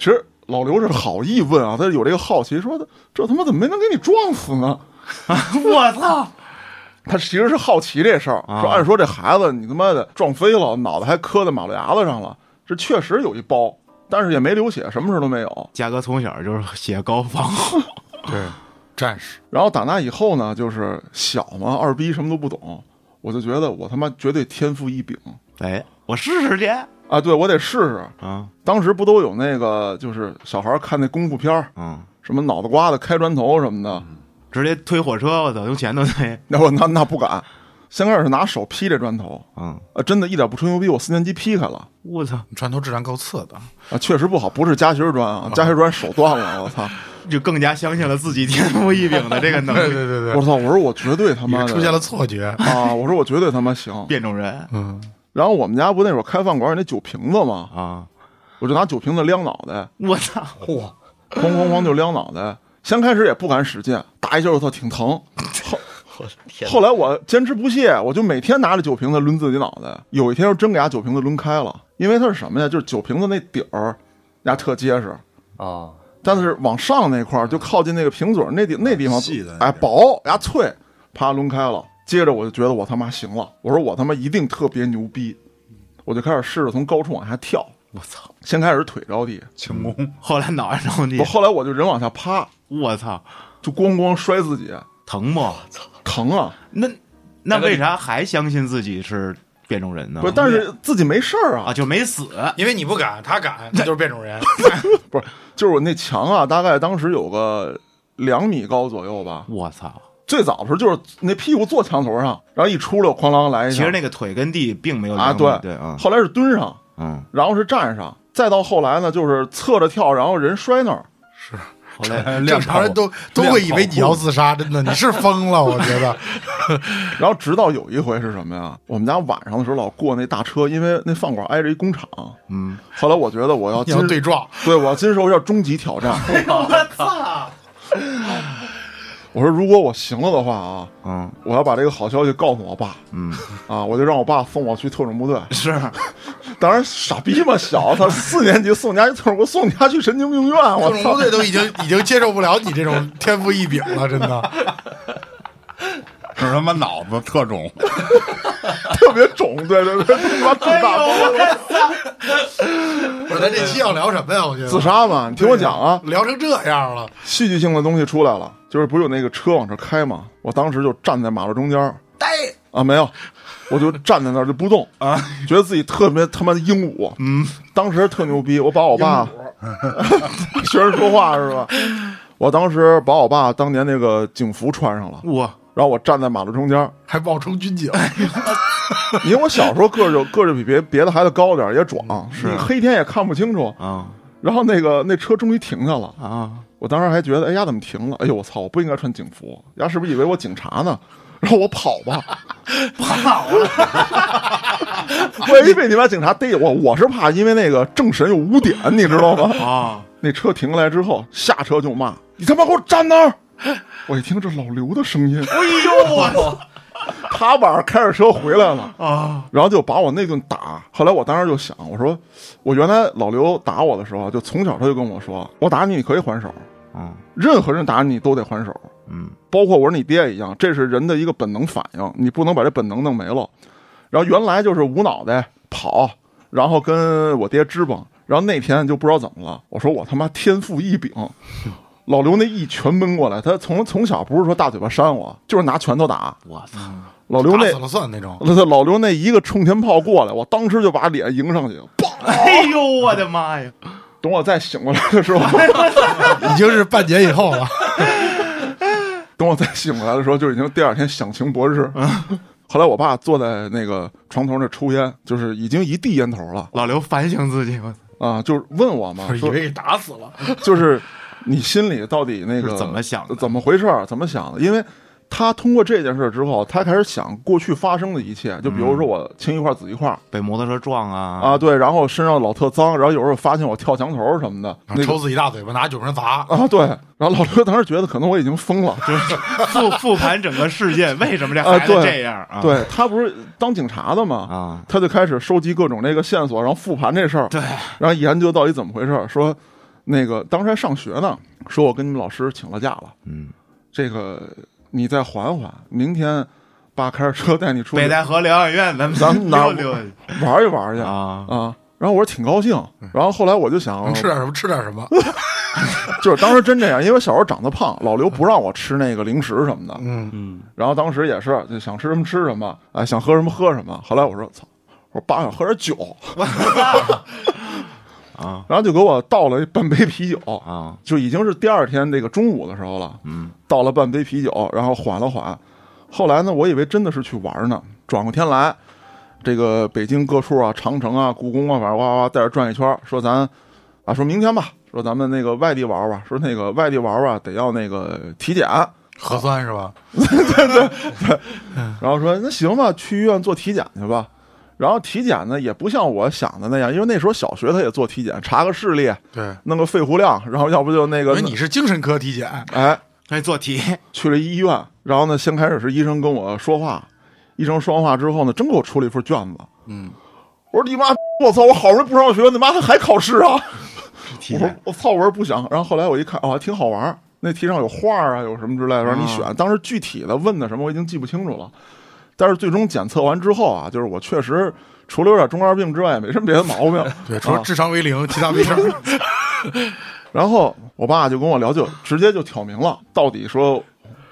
[SPEAKER 4] 其实老刘是好意问啊，他有这个好奇，说的这他妈怎么没能给你撞死呢？
[SPEAKER 2] [LAUGHS] 我操！
[SPEAKER 4] [LAUGHS]
[SPEAKER 2] 啊
[SPEAKER 4] 他其实是好奇这事儿，说按说这孩子你他妈的撞飞了，脑袋还磕在马路牙子上了，这确实有一包，但是也没流血，什么事儿都没有。
[SPEAKER 2] 嘉哥从小就是血高防厚，
[SPEAKER 3] 对，战士
[SPEAKER 4] 然后打那以后呢，就是小嘛，二逼什么都不懂，我就觉得我他妈绝对天赋异禀
[SPEAKER 2] [LAUGHS] 哎，我试试去
[SPEAKER 4] 啊！对我得试试。
[SPEAKER 2] 啊！
[SPEAKER 4] 当时不都有那个就是小孩看那功夫片儿，
[SPEAKER 2] 嗯，
[SPEAKER 4] 什么脑袋瓜子开砖头什么
[SPEAKER 3] 嗯
[SPEAKER 4] 的，
[SPEAKER 2] 直接推火车，我操，用钱都推。
[SPEAKER 4] [LAUGHS] 那我那那不敢。先开始是拿手劈这砖头，
[SPEAKER 2] 嗯，
[SPEAKER 4] 啊，真的一点不吹牛逼，我四年级劈开了。
[SPEAKER 2] 我操，
[SPEAKER 3] 砖头质量够次的，
[SPEAKER 4] 啊，确实不好，不是夹心儿砖啊，夹心儿砖手断了，我
[SPEAKER 3] [LAUGHS]
[SPEAKER 4] 操！
[SPEAKER 2] 就更加相信了自己天赋异禀的这个 [LAUGHS] 能
[SPEAKER 3] 对
[SPEAKER 2] 力，
[SPEAKER 3] 对对
[SPEAKER 4] 我
[SPEAKER 3] 对，
[SPEAKER 4] 操！我说我绝对他
[SPEAKER 3] 你
[SPEAKER 4] 妈的
[SPEAKER 3] 是出现了错觉。
[SPEAKER 4] 啊！我说我绝对他妈行。
[SPEAKER 2] 变种人
[SPEAKER 3] 嗯，
[SPEAKER 4] 然后我们家不那会儿开饭馆有那酒瓶子嘛，
[SPEAKER 2] 啊！
[SPEAKER 4] 我就拿酒瓶子撩脑袋，
[SPEAKER 2] 我操，
[SPEAKER 3] 嚯，
[SPEAKER 4] 哐哐哐就撩脑袋。先开始也不敢使劲，打一下我操挺疼。后
[SPEAKER 1] 天哪
[SPEAKER 4] 后来我坚持不懈，我就每天拿着酒瓶子抡自己脑袋。有一天就真给俺酒瓶子抡开了，因为它是什么呀？就是酒瓶子那底儿，呀特结实，
[SPEAKER 1] 啊，
[SPEAKER 4] 但是往上那块儿就靠近那个瓶嘴儿那地那地方
[SPEAKER 5] 细的那地儿
[SPEAKER 4] 哎薄呀脆，啪抡开了。接着我就觉得我他妈行了，我说我他妈一定特别牛逼，我就开始试着从高处往下跳。
[SPEAKER 2] 我操！
[SPEAKER 4] 先开始是腿着地，
[SPEAKER 5] 轻功
[SPEAKER 2] 后来脑袋着地
[SPEAKER 4] 我，后来我就人往下趴，
[SPEAKER 2] 我操，
[SPEAKER 4] 就咣咣摔自己，
[SPEAKER 2] 疼吗？
[SPEAKER 4] 疼啊！
[SPEAKER 2] 那那为啥还相信自己是变种人呢？
[SPEAKER 4] 不是，但是自己没事儿啊
[SPEAKER 2] 啊，，就没死。
[SPEAKER 3] 因为你不敢，他敢，他就是变种人。
[SPEAKER 4] 不是，就是我那墙啊，大概当时有个两米高左右吧。
[SPEAKER 2] 我操！
[SPEAKER 4] 最早的时候就是那屁股坐墙头上，然后一出溜，哐啷来一
[SPEAKER 2] 其
[SPEAKER 4] 下。
[SPEAKER 2] 实那个腿跟地并没有
[SPEAKER 4] 啊，
[SPEAKER 2] 两米
[SPEAKER 4] 对
[SPEAKER 2] 对啊，
[SPEAKER 4] 后来是蹲上，
[SPEAKER 2] 嗯，
[SPEAKER 4] 然后是站上，再到后来呢，就是侧着跳，然后人摔那儿。
[SPEAKER 2] 后来
[SPEAKER 5] 哎
[SPEAKER 3] 正常人都都会以为你要自杀，真的，你是疯了，我觉得。
[SPEAKER 4] 然后直到有一回是什么呀？我们家晚上的时候老过那大车，因为那饭馆挨着一工厂。
[SPEAKER 2] 嗯，
[SPEAKER 4] 后来我觉得我
[SPEAKER 2] [LAUGHS]
[SPEAKER 4] 要
[SPEAKER 3] 你
[SPEAKER 4] 经
[SPEAKER 3] 要对撞，
[SPEAKER 4] 对，我要经受一下终极挑战。哎我操！ [LAUGHS] 我说如果我行了的话啊，
[SPEAKER 2] 嗯
[SPEAKER 4] 我要把这个好消息告诉我爸
[SPEAKER 2] 嗯，
[SPEAKER 4] 啊，我就让我爸送我去特种部队。
[SPEAKER 2] 是
[SPEAKER 4] 当然傻逼嘛，小他四年级送你家去特种部，送你家去神经病院，
[SPEAKER 3] 特
[SPEAKER 4] 我
[SPEAKER 3] 种
[SPEAKER 4] 操
[SPEAKER 3] 部！队都已经已经接受不了你这种天赋异禀了，真的。
[SPEAKER 5] 是他妈脑子特种，
[SPEAKER 4] 特别肿，对对对，他妈肿大包。
[SPEAKER 3] 不是，咱这期要聊什么呀？我觉得
[SPEAKER 4] 自杀嘛，你听我讲啊，
[SPEAKER 3] 聊成这样了，
[SPEAKER 4] 戏剧性的东西出来了，就是不是有那个车往这开嘛？我当时就站在马路中间儿，呆啊没有，我就站在那儿 [LAUGHS] 就不动啊，觉得自己特别他妈的英武，嗯，当时特牛逼，我把我爸 [LAUGHS] 学着说话是吧？我当时把我爸当年那个警服穿上了，
[SPEAKER 2] 我
[SPEAKER 4] 然后我站在马路中间儿，
[SPEAKER 3] 还冒充军警，
[SPEAKER 4] 因为我小时候个儿就 [LAUGHS] 个儿就比别别的孩子高点儿，也壮，嗯是黑天也看不清楚。
[SPEAKER 2] 啊
[SPEAKER 4] 然后那个那车终于停下了，
[SPEAKER 2] 啊，
[SPEAKER 4] 我当时还觉得，哎呀，怎么停了？哎呦，我操，我不应该穿警服，丫是不是以为我警察呢？然后我跑 [LAUGHS] 吧， [LAUGHS] 跑啊！万一被你妈警察逮我，我是怕因为那个政审有污点，你知道吗？
[SPEAKER 2] 啊，
[SPEAKER 4] 那车停下来之后，下车就骂：“你他妈给我站那儿！”我一听这老刘的声音，哎呦我！他晚上开着车回来了啊，然后就把我那顿打。后来我当时就想，我说我原来老刘打我的时候，就从小他就跟我说，我打你你可以还手，
[SPEAKER 2] 嗯
[SPEAKER 4] 任何人打你都得还手，
[SPEAKER 2] 嗯，
[SPEAKER 4] 包括我说你爹一样，这是人的一个本能反应，你不能把这本能弄没了。然后原来就是捂脑袋跑，然后跟我爹支棱，然后那天就不知道怎么了，我说我他妈天赋异禀，老刘那一拳闷过来，他从从小不是说大嘴巴扇我，就是拿拳头打。
[SPEAKER 2] 我操，
[SPEAKER 4] 老刘
[SPEAKER 3] 打
[SPEAKER 4] 那
[SPEAKER 3] 死了算那种。
[SPEAKER 4] 老老刘那一个冲天炮过来，我当时就把脸迎上去，砰！
[SPEAKER 2] 哎呦我的妈呀，
[SPEAKER 4] 等我再醒过来的时候，
[SPEAKER 3] 已经是半年以后了，
[SPEAKER 4] 等我再醒过来的时候，就已经第二天响晴博士。
[SPEAKER 2] 嗯
[SPEAKER 4] [LAUGHS] 后来我爸坐在那个床头那抽烟，就是已经一地烟头了
[SPEAKER 2] [LAUGHS] 老刘反省自己，我操，
[SPEAKER 4] 啊，就是问我
[SPEAKER 2] 哎
[SPEAKER 4] 嘛，
[SPEAKER 3] 以
[SPEAKER 4] 说
[SPEAKER 3] 为给打死了。
[SPEAKER 4] 就是你心里到底
[SPEAKER 2] 是
[SPEAKER 4] 那个
[SPEAKER 2] 怎么想的
[SPEAKER 4] 怎么回事儿，怎么想的？因为他通过这件事之后，他开始想过去发生的一切，就比如说我青一块紫一块、
[SPEAKER 2] 被摩托车撞嗯啊
[SPEAKER 4] 啊，对，然后身上老特脏，然后有时候发现我跳墙头什么的，
[SPEAKER 2] 啊
[SPEAKER 4] 那个
[SPEAKER 3] 抽自己大嘴巴，拿酒瓶砸，
[SPEAKER 4] 啊，对，然后老刘当时觉得可能我已经疯了，
[SPEAKER 2] 啊，复复盘整个事
[SPEAKER 4] [LAUGHS]
[SPEAKER 2] 件，为什么这
[SPEAKER 4] 啊
[SPEAKER 2] 孩子
[SPEAKER 4] 对
[SPEAKER 2] 这样啊？
[SPEAKER 4] 对他不是当警察的嘛，
[SPEAKER 2] 啊，
[SPEAKER 4] 他就开始收集各种那个线索，然后复盘这事儿，
[SPEAKER 2] 对，
[SPEAKER 4] 然后研究到底怎么回事儿。说那个当时还上学呢，说我跟你们老师请了假了，
[SPEAKER 2] 嗯，
[SPEAKER 4] 这个你再缓缓，明天爸开着车带你出去
[SPEAKER 2] 北戴河疗养院，咱们
[SPEAKER 4] 咱们哪
[SPEAKER 2] 溜溜去
[SPEAKER 4] 玩一玩去
[SPEAKER 2] 啊嗯
[SPEAKER 4] 然后我说挺高兴，然后后来我就
[SPEAKER 2] [LAUGHS]
[SPEAKER 4] 想
[SPEAKER 3] 能，吃点什么吃点什么。
[SPEAKER 4] 就是当时真这样，因为小时候长得胖，老刘不让我吃那个零食什么的，
[SPEAKER 3] 嗯，
[SPEAKER 1] 嗯，
[SPEAKER 4] 然后当时也是就想吃什么吃什么，哎，想喝什么喝什么。后来我说操，我说爸想喝点酒，
[SPEAKER 2] 啊
[SPEAKER 4] 然后就给我倒了半杯啤酒，
[SPEAKER 2] 啊
[SPEAKER 4] 就已经是第二天那个中午的时候了，
[SPEAKER 2] 嗯，
[SPEAKER 4] 倒了半杯啤酒，然后缓了缓。后来呢，我以为真的是去玩呢，转过天来，这个北京各处啊，长城啊，故宫啊，反正哇哇哇带着转一圈儿，说咱啊，说明天吧，说咱们那个外地玩吧，说那个外地玩吧，得要那个体检，
[SPEAKER 3] 核酸是吧？
[SPEAKER 4] 然后说那行吧，去医院做体检去吧。然后体检呢，也不像我想的那样，因为那时候小学他也做体检，查个视力，
[SPEAKER 3] 对，
[SPEAKER 4] 弄个肺活量，然后要不就那
[SPEAKER 3] 因
[SPEAKER 4] 个
[SPEAKER 3] 为你是精神科体检，
[SPEAKER 4] 哎，
[SPEAKER 2] 哎，做题，
[SPEAKER 4] 去了医院，然后呢，先开始是医生跟我说话，医生说完话之后呢，真给我出了一份卷子。
[SPEAKER 3] 嗯，
[SPEAKER 4] 我说你妈，我操，我好不容易不上学，你妈他还考试啊！
[SPEAKER 2] 体
[SPEAKER 4] 我说
[SPEAKER 2] 检
[SPEAKER 4] 我操，我说不想。然后后来我一看，哦，还挺好玩儿，那题上有画儿啊，有什么之类的，让你选。当时具体的问的什么我已经记不清楚了，但是最终检测完之后啊，就是我确实除了有点中二病之外，也没什么别的毛病。
[SPEAKER 3] 对，除了
[SPEAKER 4] 啊
[SPEAKER 3] 智商为零，其他没事儿。
[SPEAKER 4] 然后我爸就跟我聊，就直接就挑明了，到底说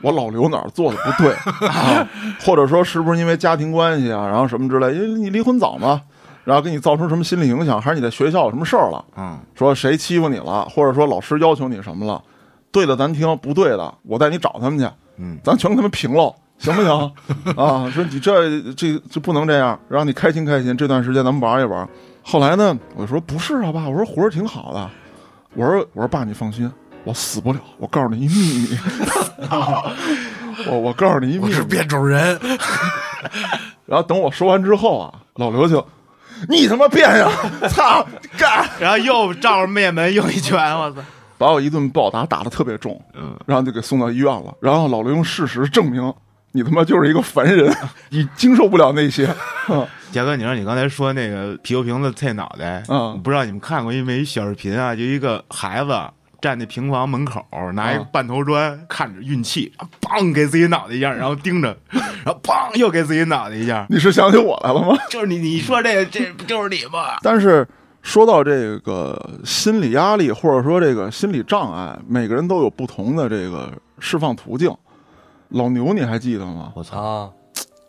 [SPEAKER 4] 我老刘哪儿做的不对，啊、或者说是不是因为家庭关系啊，然后什么之类，因为你离婚早嘛，然后给你造成什么心理影响，还是你在学校有什么事儿了，
[SPEAKER 2] 嗯，
[SPEAKER 4] 说谁欺负你了，或者说老师要求你什么了，对的咱听，不对的我带你找他们去，
[SPEAKER 2] 嗯，
[SPEAKER 4] 咱全给他们平喽。行
[SPEAKER 3] [LAUGHS]
[SPEAKER 4] 不行啊？说你这这这不能这样，让你开心开心。这段时间咱们玩一玩。后来呢，我说不是啊，爸，我说活着挺好的，我说我说爸，你放心，我死不了。我告诉你一秘
[SPEAKER 3] [LAUGHS]
[SPEAKER 4] 密，我我告诉你一秘
[SPEAKER 3] 我
[SPEAKER 4] 密
[SPEAKER 3] 是。变种人，
[SPEAKER 4] 然后等我说完之后啊，老刘就你他妈变呀，操干！
[SPEAKER 2] 然后又照着面门又一拳，我操，
[SPEAKER 4] 把我一顿暴打，打的特别重，
[SPEAKER 2] 嗯，
[SPEAKER 4] 然后就给送到医院了。然后老刘用事实证明，你他妈就是一个凡人， [LAUGHS] 你经受不了那 [LAUGHS] 些。嗯
[SPEAKER 2] 嘉哥，你说你刚才说那个啤酒瓶子菜脑袋，
[SPEAKER 4] 嗯
[SPEAKER 2] 我不知道你们看过一没？一小视频啊，就一个孩子站那平房门口，拿一个
[SPEAKER 4] 嗯
[SPEAKER 2] 半头砖，看着运气，啊梆给自己脑袋一下，然后盯着，然后梆又给自己脑袋一下，
[SPEAKER 4] 你是想起我来了吗？
[SPEAKER 2] 就是你，你说这这不就是你吗？
[SPEAKER 4] 但是说到这个心理压力，或者说这个心理障碍，每个人都有不同的这个释放途径。老牛，你还记得吗？
[SPEAKER 2] 我操，
[SPEAKER 1] 啊，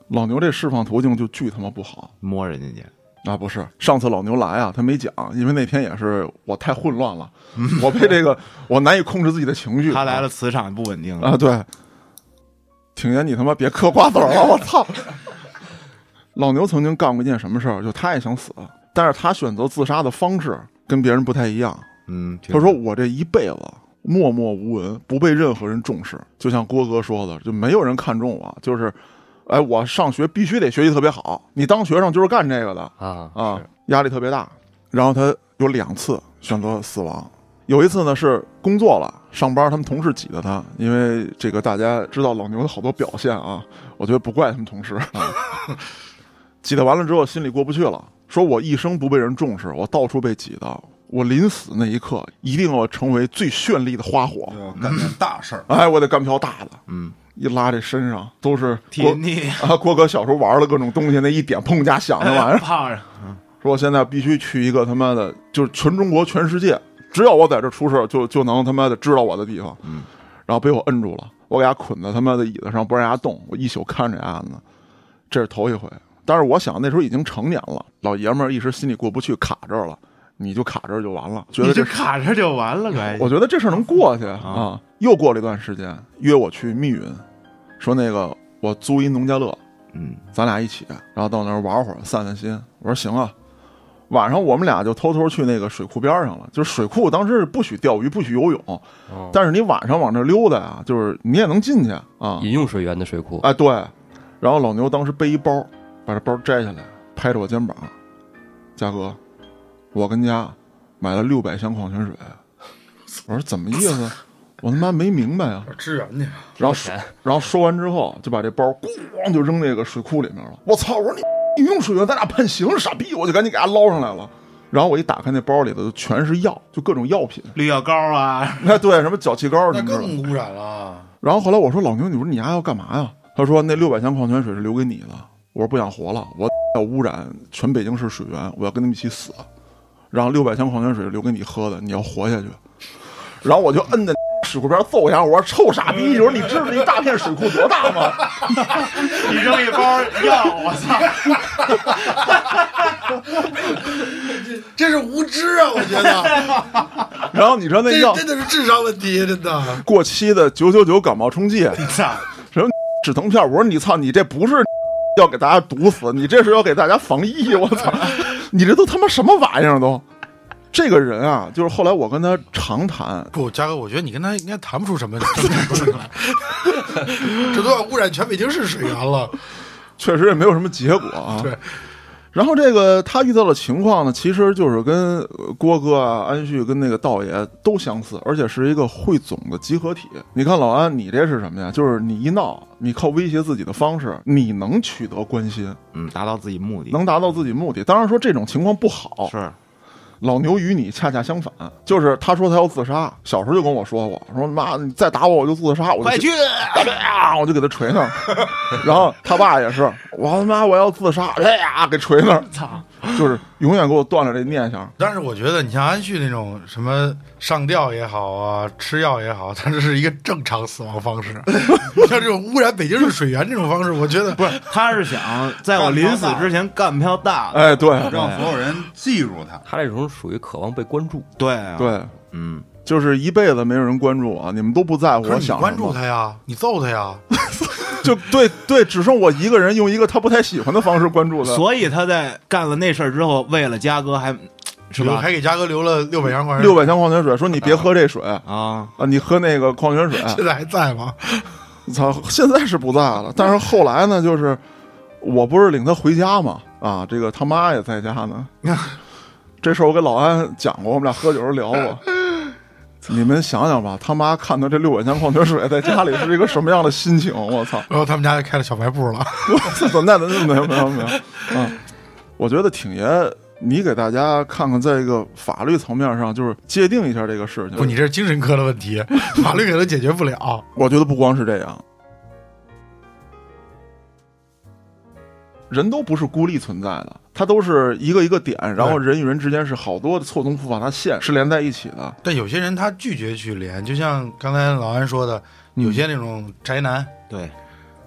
[SPEAKER 4] 老牛这释放途径就巨他妈不好，
[SPEAKER 2] 摸人家去，
[SPEAKER 4] 啊，不是，上次老牛来啊，他没讲，因为那天也是我太混乱了， [LAUGHS] 我被这个我难以控制自己的情绪。
[SPEAKER 2] 他来了，磁场不稳定了。
[SPEAKER 4] 啊，对，挺爷你他妈别嗑瓜子儿了，我操！老牛曾经干过一件什么事儿，就他也想死，但是他选择自杀的方式跟别人不太一样。
[SPEAKER 2] 嗯，
[SPEAKER 4] 他说：“我这一辈子默默无闻，不被任何人重视，就像郭哥说的，就没有人看重我。就是，哎，我上学必须得学习特别好，你当学生就是干这个的。”
[SPEAKER 1] 啊
[SPEAKER 4] 啊，压力特别大。然后他有两次选择死亡，有一次呢是工作了，上班他们同事挤得他，因为这个大家知道老牛的好多表现啊，我觉得不怪他们同
[SPEAKER 5] [LAUGHS]
[SPEAKER 4] 事。挤得完了之后心里过不去了，说我一生不被人重视，我到处被挤的，我临死那一刻一定要成为最绚丽的花火。
[SPEAKER 5] 就哎干点大事儿。
[SPEAKER 4] 哎，我得干瓢大的，
[SPEAKER 2] 嗯，
[SPEAKER 4] 一拉这身上都是
[SPEAKER 2] 体
[SPEAKER 4] 郭
[SPEAKER 2] 力
[SPEAKER 4] 啊，郭哥小时候玩的各种东西，那一点砰家响那玩意儿，
[SPEAKER 2] 胖上，
[SPEAKER 4] 说现在必须去一个他妈的，就是全中国、全世界，只要我在这出事儿，就就能他妈的知道我的地方。
[SPEAKER 2] 嗯，
[SPEAKER 4] 然后被我摁住了，我给他捆在他妈的椅子上，不让他动，我一宿看着这案子，这是头一回。但是我想那时候已经成年了，老爷们儿一时心里过不去，卡这儿了，你就卡这儿就完了，觉
[SPEAKER 2] 你
[SPEAKER 4] 得
[SPEAKER 2] 就
[SPEAKER 4] 这
[SPEAKER 2] 卡着就完了呗。
[SPEAKER 4] 我觉得这事儿能过去啊。又过了一段时间，约我去密云，说那个我租一农家乐，
[SPEAKER 2] 嗯，
[SPEAKER 4] 咱俩一起，然后到那儿玩会儿，散散心。我说行啊。晚上我们俩就偷偷去那个水库边上了，就是水库当时是不许钓鱼、不许游泳，
[SPEAKER 1] 哦
[SPEAKER 4] 但是你晚上往那儿溜达呀、就是你也能进去啊。
[SPEAKER 1] 饮用水源的水库，
[SPEAKER 4] 哎，对。然后老牛当时背一包，把这包摘下来，拍着我肩膀：“嘉哥，我跟家买了六百箱矿泉水。”我说：“怎么意思？我他妈没明白啊！”
[SPEAKER 3] 支援去，
[SPEAKER 4] 然后
[SPEAKER 1] 挺有钱
[SPEAKER 4] 然后说完之后，就把这包咣就扔那个水库里面了。我操！我说你你用水源，咱俩判刑，傻逼！我就赶紧给他捞上来了。然后我一打开那包里头就全是药，就各种药品。 [LAUGHS]
[SPEAKER 2] 绿药膏啊，
[SPEAKER 4] 哎，对，什么脚气膏
[SPEAKER 3] 那
[SPEAKER 4] 什么之类的。
[SPEAKER 3] 更污染了。
[SPEAKER 4] 然后后来我说老牛，你说你丫要干嘛呀？他说那六百箱矿泉水是留给你的。我说不想活了，我 [LAUGHS] 要污染全北京市水源，我要跟他们一起死。然后六百箱矿泉水留给你喝的，你要活下去。然后我就摁在 [LAUGHS] 水库边揍一下，我说臭傻
[SPEAKER 3] 嗯
[SPEAKER 4] 逼，你说你知道这一大片水库多大
[SPEAKER 3] [LAUGHS]
[SPEAKER 4] 吗？
[SPEAKER 2] 你扔一包
[SPEAKER 4] [LAUGHS]
[SPEAKER 2] 药，我操！
[SPEAKER 3] 这是无知啊！我觉得
[SPEAKER 4] 然后你知道那
[SPEAKER 3] 这
[SPEAKER 4] 药
[SPEAKER 3] 真的是智商问题，真的。
[SPEAKER 4] 过期的九九九感冒冲剂，
[SPEAKER 2] 操！
[SPEAKER 4] 什么止疼片，我说你操，你这不是要给大家毒死，你这是要给大家防疫，我操，你这都他妈什么玩意儿都。这个人啊，就是后来我跟他长谈，
[SPEAKER 3] 不，嘉哥，我觉得你跟他应该谈不出什 [LAUGHS] 么正经东西来，这都要污染全北京市水源了。
[SPEAKER 4] 确实也没有什么结果啊。
[SPEAKER 3] 对。
[SPEAKER 4] 然后这个他遇到的情况呢，其实就是跟呃郭哥啊、安旭跟那个道爷都相似，而且是一个汇总的集合体。你看老安，你这是什么呀？就是你一闹，你靠威胁自己的方式，你能取得关心，
[SPEAKER 2] 嗯，达到自己目的
[SPEAKER 4] 能达到自己目的。当然说这种情况不好，
[SPEAKER 2] 是
[SPEAKER 4] 老牛与你恰恰相反，就是他说他要自杀，小时候就跟我说过，说妈，你再打我我就自杀，我就
[SPEAKER 2] 快去！
[SPEAKER 4] 啪，我就给他捶那儿。 [LAUGHS] 然后他爸也是，我他妈我要自杀，啪给捶那儿，
[SPEAKER 2] 操！
[SPEAKER 4] 就是永远给我断了这念想。
[SPEAKER 3] 但是我觉得你像安旭那种什么上吊也好啊，吃药也好，他这是一个正常死亡方 [LAUGHS] 式。像这种污染北京市水源这种方式，我觉得不是
[SPEAKER 2] 他是想在我临死之前干票大的，
[SPEAKER 4] 哎，对
[SPEAKER 5] 让所有人记住他，
[SPEAKER 1] 他这种属于渴望被关注，
[SPEAKER 2] 对啊，，
[SPEAKER 4] 对，
[SPEAKER 2] 嗯，
[SPEAKER 4] 就是一辈子没有人关注我，你们都不在乎
[SPEAKER 3] 可
[SPEAKER 4] 我
[SPEAKER 3] 是你
[SPEAKER 4] 想
[SPEAKER 3] 关
[SPEAKER 4] 什么
[SPEAKER 3] 注，他呀，你揍他呀，
[SPEAKER 4] 就对对，只剩我一个人用一个他不太喜欢的方式关注他。
[SPEAKER 2] 所以他在干了那事儿之后，为了嘉哥还是
[SPEAKER 3] 留
[SPEAKER 2] 吧？
[SPEAKER 3] 还给嘉哥留了六百箱矿泉
[SPEAKER 4] 六
[SPEAKER 3] 水，
[SPEAKER 4] 百箱矿泉水，说你别喝这水啊，
[SPEAKER 2] 啊，
[SPEAKER 4] 你喝那个矿泉水。啊
[SPEAKER 3] 现在还在吗？
[SPEAKER 4] 操，现在是不在了，但是后来呢，就是我不是领他回家嘛，啊，这个他妈也在家呢。这事儿我给老安讲过，我们俩喝酒时候聊过。你们想想吧，他妈看到这六百箱矿泉水在家里是一个什么样的心情？我操！
[SPEAKER 3] 然后他们家就开了小卖部 [LAUGHS] 了。
[SPEAKER 4] 我操，那那那没有没有没有啊！我觉得挺爷，你给大家看看，在一个法律层面上，就是界定一下这个事情。
[SPEAKER 3] 不，你这是精神科的问 [LAUGHS] 题，法律可能解决不了。
[SPEAKER 4] 我觉得不光是这样，人都不是孤立存在的，它都是一个一个点，然后人与人之间是好多的错综复杂的线是连在一起的。
[SPEAKER 3] 但有些人他拒绝去连，就像刚才老安说的，有些那种宅男，
[SPEAKER 2] 对，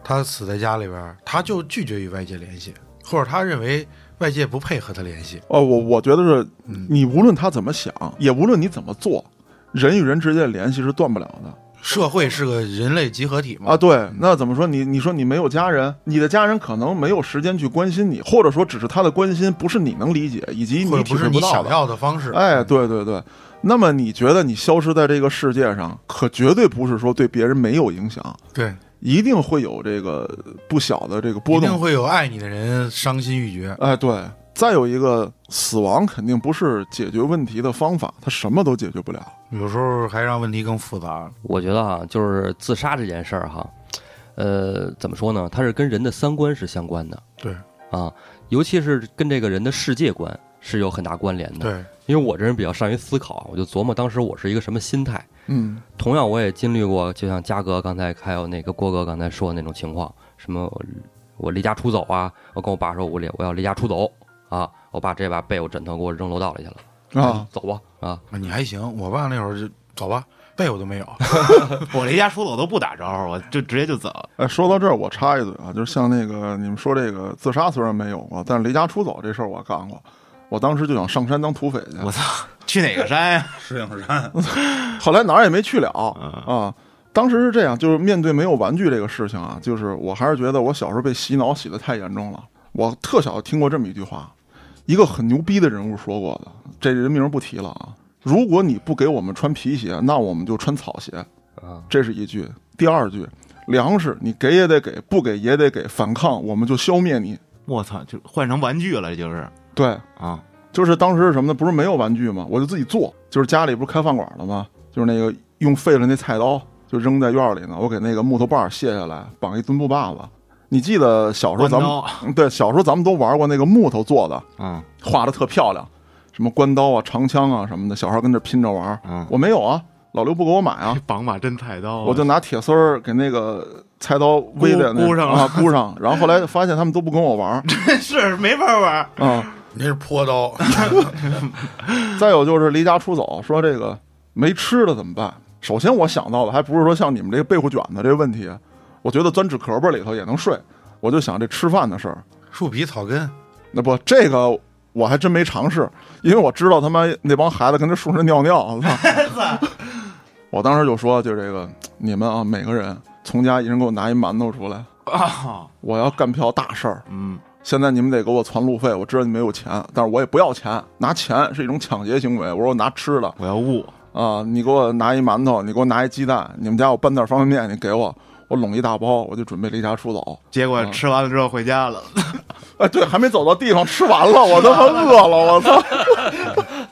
[SPEAKER 3] 他死在家里边儿，他就拒绝与外界联系，或者他认为外界不配和他联系。
[SPEAKER 4] 哦，我我觉得是，
[SPEAKER 3] 嗯
[SPEAKER 4] 你无论他怎么想，也无论你怎么做，人与人之间的联系是断不了的
[SPEAKER 3] 社会是个人类集合体嘛？
[SPEAKER 4] 啊。对，那怎么说？你你说你没有家人，你的家人可能没有时间去关心你，或者说只是他的关心不是你能理解，以及
[SPEAKER 3] 或者
[SPEAKER 4] 你体
[SPEAKER 3] 不
[SPEAKER 4] 会
[SPEAKER 3] 是你
[SPEAKER 4] 到
[SPEAKER 3] 想
[SPEAKER 4] 的。
[SPEAKER 3] 要的方式。
[SPEAKER 4] 哎，对对对。那么你觉得你消失在这个世界上，可绝对不是说对别人没有影响，
[SPEAKER 3] 对，
[SPEAKER 4] 一定会有这个不小的这个波
[SPEAKER 3] 一
[SPEAKER 4] 动
[SPEAKER 3] 定会有爱你的人伤心欲绝。
[SPEAKER 4] 哎，对，再有一个，死亡肯定不是解决问题的方法，它什么都解决不了。
[SPEAKER 3] 有时候还让问题更复杂。
[SPEAKER 1] 我觉得哈，就是自杀这件事儿哈，呃，怎么说呢？它是跟人的三观是相关的
[SPEAKER 3] 对
[SPEAKER 1] 啊，尤其是跟这个人的世界观是有很大关联的。
[SPEAKER 3] 对，
[SPEAKER 1] 因为我这人比较善于思考，啊我就琢磨当时我是一个什么心态。
[SPEAKER 4] 嗯，
[SPEAKER 1] 同样，我也经历过，就像嘉哥刚才还有那个郭哥刚才说的那种情况，什么我我离家出走啊，我跟我爸说我离我要离家出走啊，我爸直接把被我枕头给我扔楼道里去了
[SPEAKER 3] 嗯
[SPEAKER 4] 啊，
[SPEAKER 1] 走吧啊，
[SPEAKER 3] 你还行。我爸那会儿就走吧，被我都没有。
[SPEAKER 4] [LAUGHS]
[SPEAKER 2] 我离家出走都不打招呼，我就直接就走。
[SPEAKER 4] 哎，说到这儿，我插一嘴啊，就是像那个你们说这个自杀虽然没有过，但离家出走这事儿我干过。我当时就想上山当土匪去，
[SPEAKER 2] 我操，去哪个山呀？
[SPEAKER 5] 石景山，
[SPEAKER 4] 后来哪儿也没去了啊。当时是这样，就是面对没有玩具这个事情啊，就是我还是觉得我小时候被洗脑洗得太严重了。我特小听过这么一句话，一个很牛逼的人物说过的，这人名不提了啊。如果你不给我们穿皮鞋，那我们就穿草鞋。
[SPEAKER 1] 啊，
[SPEAKER 4] 这是一句。第二句，粮食你给也得给，不给也得给，反抗我们就消灭你。
[SPEAKER 2] 我操，就换成玩具了，这就是
[SPEAKER 4] 对，
[SPEAKER 2] 啊，
[SPEAKER 4] 就是当时是什么呢？不是没有玩具吗？我就自己做，就是家里不是开饭馆了吗？就是那个用废了那菜刀，就扔在院儿里呢。我给那个木头棒儿卸下来，绑一墩布把子。你记得小时候咱
[SPEAKER 2] 弯刀
[SPEAKER 4] 们对小时候咱们都玩过那个木头做的，
[SPEAKER 2] 嗯，
[SPEAKER 4] 画的特漂亮，什么关刀啊、长枪啊什么的，小孩跟这拼着玩儿。
[SPEAKER 2] 嗯
[SPEAKER 4] 我没有啊，老刘不给我买啊，
[SPEAKER 2] [LAUGHS] 绑把真菜刀啊，
[SPEAKER 4] 我就拿铁丝儿给那个菜刀围在那
[SPEAKER 2] 箍箍上了
[SPEAKER 4] 啊，箍上。然后后来发现他们都不跟我玩儿
[SPEAKER 2] [LAUGHS] 是没法玩。
[SPEAKER 4] 啊。
[SPEAKER 3] 你那是坡刀，
[SPEAKER 4] [LAUGHS] 再有就是离家出走，说这个没吃的怎么办？首先我想到的还不是说像你们这个被褥卷子这个问题，我觉得钻纸壳儿里头也能睡，我就想这吃饭的事儿。
[SPEAKER 3] 树皮草根。
[SPEAKER 4] 那不这个我还真没尝试，因为我知道他妈那帮孩子跟那树上尿尿。我操！我当时就说，就这个你们啊，每个人从家一人给我拿一馒头出来啊！我要干票大事儿。
[SPEAKER 2] 嗯，
[SPEAKER 4] 现在你们得给我攒路费，我知道你们有钱，但是我也不要钱，拿钱是一种抢劫行为。我说我拿吃的，
[SPEAKER 2] 我要悟，
[SPEAKER 4] 啊，你给我拿一馒头，你给我拿一鸡蛋，你们家有半袋方便面，你给我，我拢一大包，我就准备离家出走。
[SPEAKER 2] 结果吃完了之后回家了， [LAUGHS]
[SPEAKER 4] 哎，对，还没走到地方，吃完了，我他妈饿了，我操！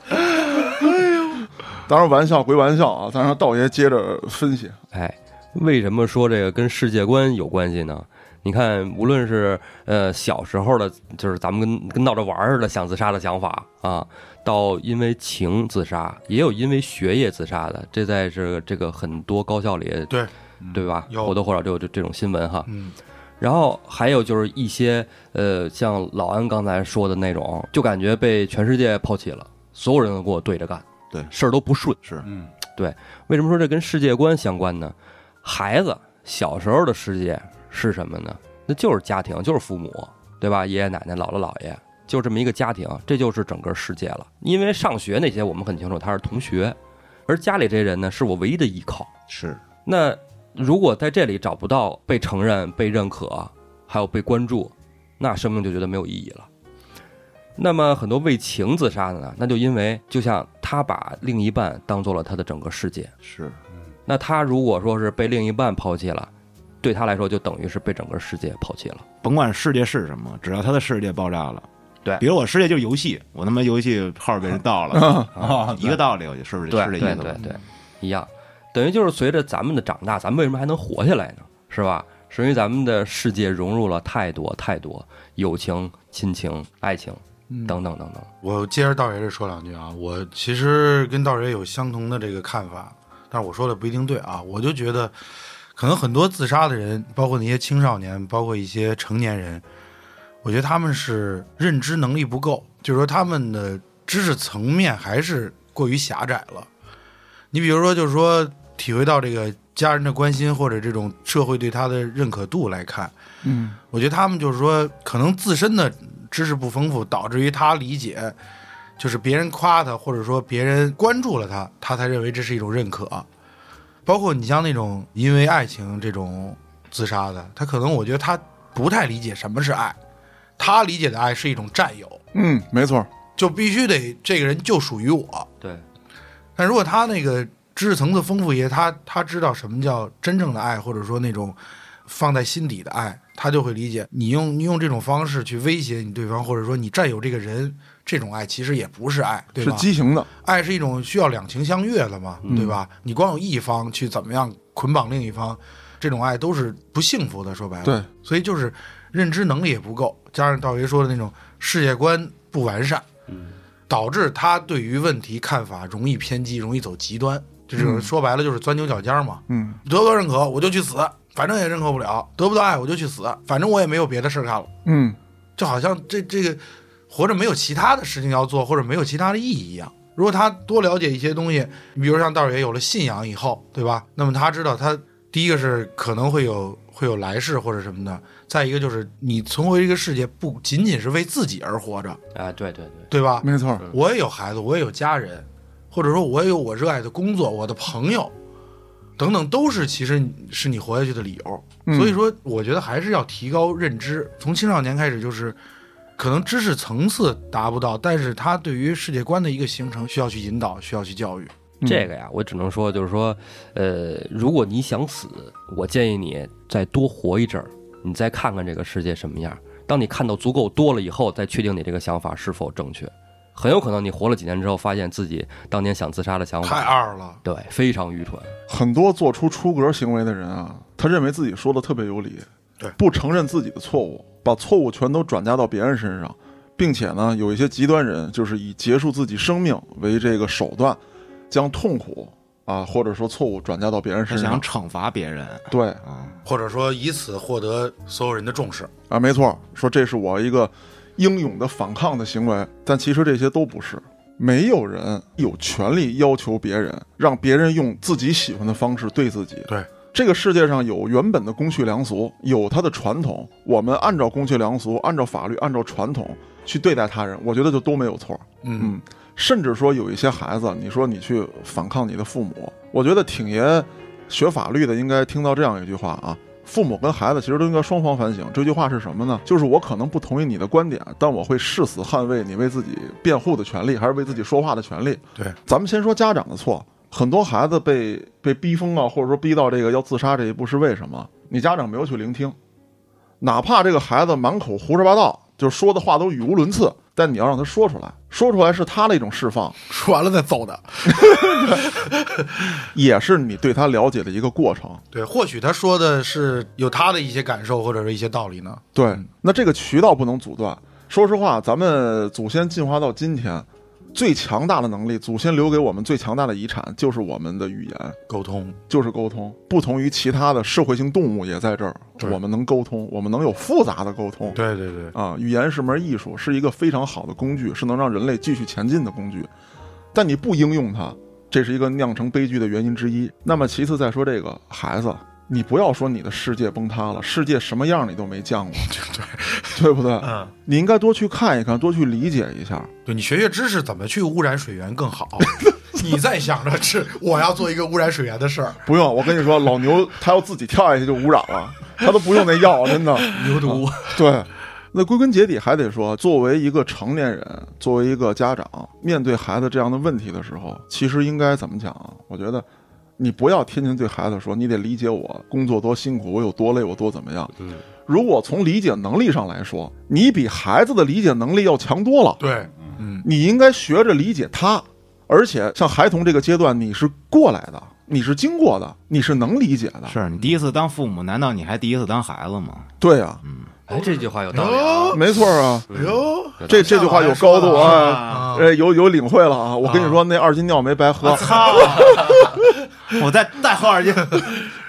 [SPEAKER 4] 哎呦，哎当然玩笑归玩笑啊，咱让道爷接着分析。
[SPEAKER 1] 哎，为什么说这个跟世界观有关系呢？你看，无论是呃小时候的，就是咱们跟跟闹着玩儿似的想自杀的想法啊，到因为情自杀，也有因为学业自杀的，这在这这个很多高校里，
[SPEAKER 3] 对
[SPEAKER 1] 对吧？
[SPEAKER 3] 有
[SPEAKER 1] 或多或少都有这这种新闻哈。
[SPEAKER 3] 嗯，
[SPEAKER 1] 然后还有就是一些呃，像老安刚才说的那种，就感觉被全世界抛弃了，所有人都跟我对着干，
[SPEAKER 2] 对
[SPEAKER 1] 事儿都不顺。
[SPEAKER 5] 嗯，
[SPEAKER 1] 为什么说这跟世界观相关呢？孩子小时候的世界是什么呢？那就是家庭，就是父母，对吧？爷爷奶奶、姥姥姥爷，就这么一个家庭，这就是整个世界了。因为上学那些我们很清楚，他是同学，而家里这人呢，是我唯一的依靠。
[SPEAKER 2] 是
[SPEAKER 1] 那如果在这里找不到被承认、被认可，还有被关注，那生命就觉得没有意义了。那么很多为情自杀的呢，那就因为就像他把另一半当做了他的整个世界，
[SPEAKER 2] 是，
[SPEAKER 1] 那他如果说是被另一半抛弃了，对他来说就等于是被整个世界抛弃了。
[SPEAKER 2] 甭管世界是什么，只要他的世界爆炸了，
[SPEAKER 1] 对
[SPEAKER 2] 比如我世界就是游戏，我他妈游戏号被人盗 [LAUGHS] 了，
[SPEAKER 5] 啊，
[SPEAKER 2] 一个道理，我就是不是
[SPEAKER 1] 对
[SPEAKER 2] 是这
[SPEAKER 1] 对
[SPEAKER 2] 意思
[SPEAKER 1] 对
[SPEAKER 2] 吧？
[SPEAKER 1] 对，一样，等于就是随着咱们的长大，咱们为什么还能活下来呢？是吧？是因为咱们的世界融入了太多太多友情、亲情、爱情等等等等。
[SPEAKER 2] 嗯
[SPEAKER 3] 我接着道爷这说两句啊，我其实跟道爷有相同的这个看法，但是我说的不一定对啊。我就觉得，可能很多自杀的人，包括那些青少年，包括一些成年人，我觉得他们是认知能力不够，就是说他们的知识层面还是过于狭窄了。你比如说，就是说体会到这个家人的关心或者这种社会对他的认可度来看，
[SPEAKER 4] 嗯
[SPEAKER 3] 我觉得他们就是说，可能自身的知识不丰富，导致于他理解，就是别人夸他，或者说别人关注了他，他才认为这是一种认可。包括你像那种因为爱情这种自杀的，他可能我觉得他不太理解什么是爱，他理解的爱是一种占有，
[SPEAKER 4] 嗯，没错，
[SPEAKER 3] 就必须得这个人就属于我。
[SPEAKER 1] 对，
[SPEAKER 3] 但如果他那个知识层次丰富一些，他他知道什么叫真正的爱，或者说那种放在心底的爱，他就会理解你用你用这种方式去威胁你对方，或者说你占有这个人，这种爱其实也不是爱，对
[SPEAKER 4] 是
[SPEAKER 3] 吧？
[SPEAKER 4] 畸形的，
[SPEAKER 3] 爱是一种需要两情相悦的嘛，对吧？你光有一方去怎么样捆绑另一方，这种爱都是不幸福的。说白了，
[SPEAKER 4] 对，
[SPEAKER 3] 所以就是认知能力也不够，加上赵爷说的那种世界观不完善，导致他对于问题看法容易偏激，容易走极端。就是、说白了就是钻牛角尖儿嘛。
[SPEAKER 4] 嗯，
[SPEAKER 3] 得不到认可我就去死，反正也认可不了；得不到爱我就去死，反正我也没有别的事儿干了。
[SPEAKER 4] 嗯，
[SPEAKER 3] 就好像这这个活着没有其他的事情要做，或者没有其他的意义一样。如果他多了解一些东西，你比如像道爷有了信仰以后，对吧？那么他知道他第一个是可能会有会有来世或者什么的，再一个就是你存活于这个世界不仅仅是为自己而活着，
[SPEAKER 1] 啊，对对对，
[SPEAKER 3] 对吧？
[SPEAKER 4] 没错，
[SPEAKER 3] 我也有孩子，我也有家人，或者说我也有我热爱的工作，我的朋友，等等，都是其实你是你活下去的理由。所以说，我觉得还是要提高认知，从青少年开始就是。可能知识层次达不到，但是他对于世界观的一个形成需要去引导，需要去教育。
[SPEAKER 1] 这个呀，我只能说就是说，呃，如果你想死，我建议你再多活一阵儿，你再看看这个世界什么样。当你看到足够多了以后，再确定你这个想法是否正确。很有可能你活了几年之后，发现自己当年想自杀的想法，
[SPEAKER 3] 太二了，
[SPEAKER 1] 对，非常愚蠢。
[SPEAKER 4] 很多做出出格行为的人啊，他认为自己说的特别有理，
[SPEAKER 3] 对
[SPEAKER 4] 不承认自己的错误，把错误全都转嫁到别人身上，并且呢，有一些极端人就是以结束自己生命为这个手段，将痛苦啊或者说错误转嫁到别人
[SPEAKER 2] 他
[SPEAKER 4] 身
[SPEAKER 2] 想
[SPEAKER 4] 上。
[SPEAKER 2] 惩罚别人
[SPEAKER 4] 对
[SPEAKER 2] 啊，
[SPEAKER 3] 或者说以此获得所有人的重视。
[SPEAKER 4] 啊，没错，说这是我一个英勇的反抗的行为，但其实这些都不是。没有人有权利要求别人，让别人用自己喜欢的方式对自己。
[SPEAKER 3] 对，
[SPEAKER 4] 这个世界上有原本的公序良俗，有它的传统。我们按照公序良俗，按照法律，按照传统去对待他人，我觉得就都没有错。
[SPEAKER 3] 嗯， [LAUGHS]
[SPEAKER 4] 甚至说有一些孩子，你说你去反抗你的父母，我觉得挺爷学法律的应该听到这样一句话啊。父母跟孩子其实都应该双方反省。这句话是什么呢？就是我可能不同意你的观点，但我会誓死捍卫你为自己辩护的权利，还是为自己说话的权利。
[SPEAKER 3] 对，
[SPEAKER 4] 咱们先说家长的错，很多孩子被被逼疯啊，或者说逼到这个要自杀这一步，是为什么？你家长没有去聆听，哪怕这个孩子满口胡说八道，就是说的话都语无伦次，但你要让他说出来，说出来是他的一种释放，
[SPEAKER 3] 说完了再揍他。
[SPEAKER 4] [LAUGHS] 也是你对他了解的一个过程。
[SPEAKER 3] 对，或许他说的是有他的一些感受，或者是一些道理呢。
[SPEAKER 4] 对，那这个渠道不能阻断。说实话，咱们祖先进化到今天，最强大的能力，祖先留给我们最强大的遗产就是我们的语言。
[SPEAKER 3] 沟通，
[SPEAKER 4] 就是沟通，不同于其他的社会性动物也在这儿，
[SPEAKER 3] 对
[SPEAKER 4] 我们能沟通，我们能有复杂的沟通。
[SPEAKER 3] 对对对，
[SPEAKER 4] 啊，语言是门艺术，是一个非常好的工具，是能让人类继续前进的工具。但你不应用它，这是一个酿成悲剧的原因之一。那么其次再说这个孩子，你不要说你的世界崩塌了，世界什么样你都没见过，对对不对？
[SPEAKER 3] 嗯，
[SPEAKER 4] 你应该多去看一看，多去理解一下。
[SPEAKER 3] 对你学学知识怎么去污染水源更好。你在想着是我要做一个污染水源的事儿，
[SPEAKER 4] 不用，我跟你说，老牛他要自己跳下去就污染了，他都不用那药，真的。
[SPEAKER 1] 牛犊，
[SPEAKER 3] 嗯
[SPEAKER 4] 对， [LAUGHS] 那归根结底还得说，作为一个成年人，作为一个家长，面对孩子这样的问题的时候，其实应该怎么讲啊？我觉得。你不要天天对孩子说，你得理解我工作多辛苦，我有多累，我多怎么样。
[SPEAKER 1] 嗯，
[SPEAKER 4] 如果从理解能力上来说，你比孩子的理解能力要强多了。
[SPEAKER 3] 对，嗯
[SPEAKER 4] 你应该学着理解他，而且像孩童这个阶段，你是过来的，你是经过的，你是能理解的。
[SPEAKER 2] 是你第一次当父母，难道你还第一次当孩子吗？
[SPEAKER 4] 对呀、
[SPEAKER 1] 哎，这句话有道理啊。
[SPEAKER 4] 没错啊，
[SPEAKER 3] 哎呦，
[SPEAKER 4] 这这句话有高度啊。
[SPEAKER 3] 啊，
[SPEAKER 4] 呃，有有领会了啊！我跟你说，那二斤尿没白喝，
[SPEAKER 2] 操！我再再喝二斤，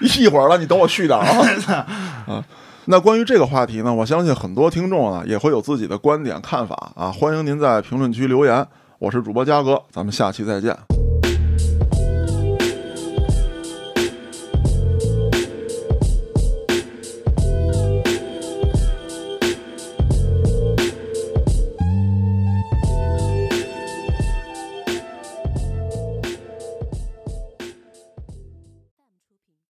[SPEAKER 4] 一会儿了，你等我续点啊。啊，那关于这个话题呢，我相信很多听众啊也会有自己的观点看法啊，欢迎您在评论区留言。我是主播嘉哥，咱们下期再见。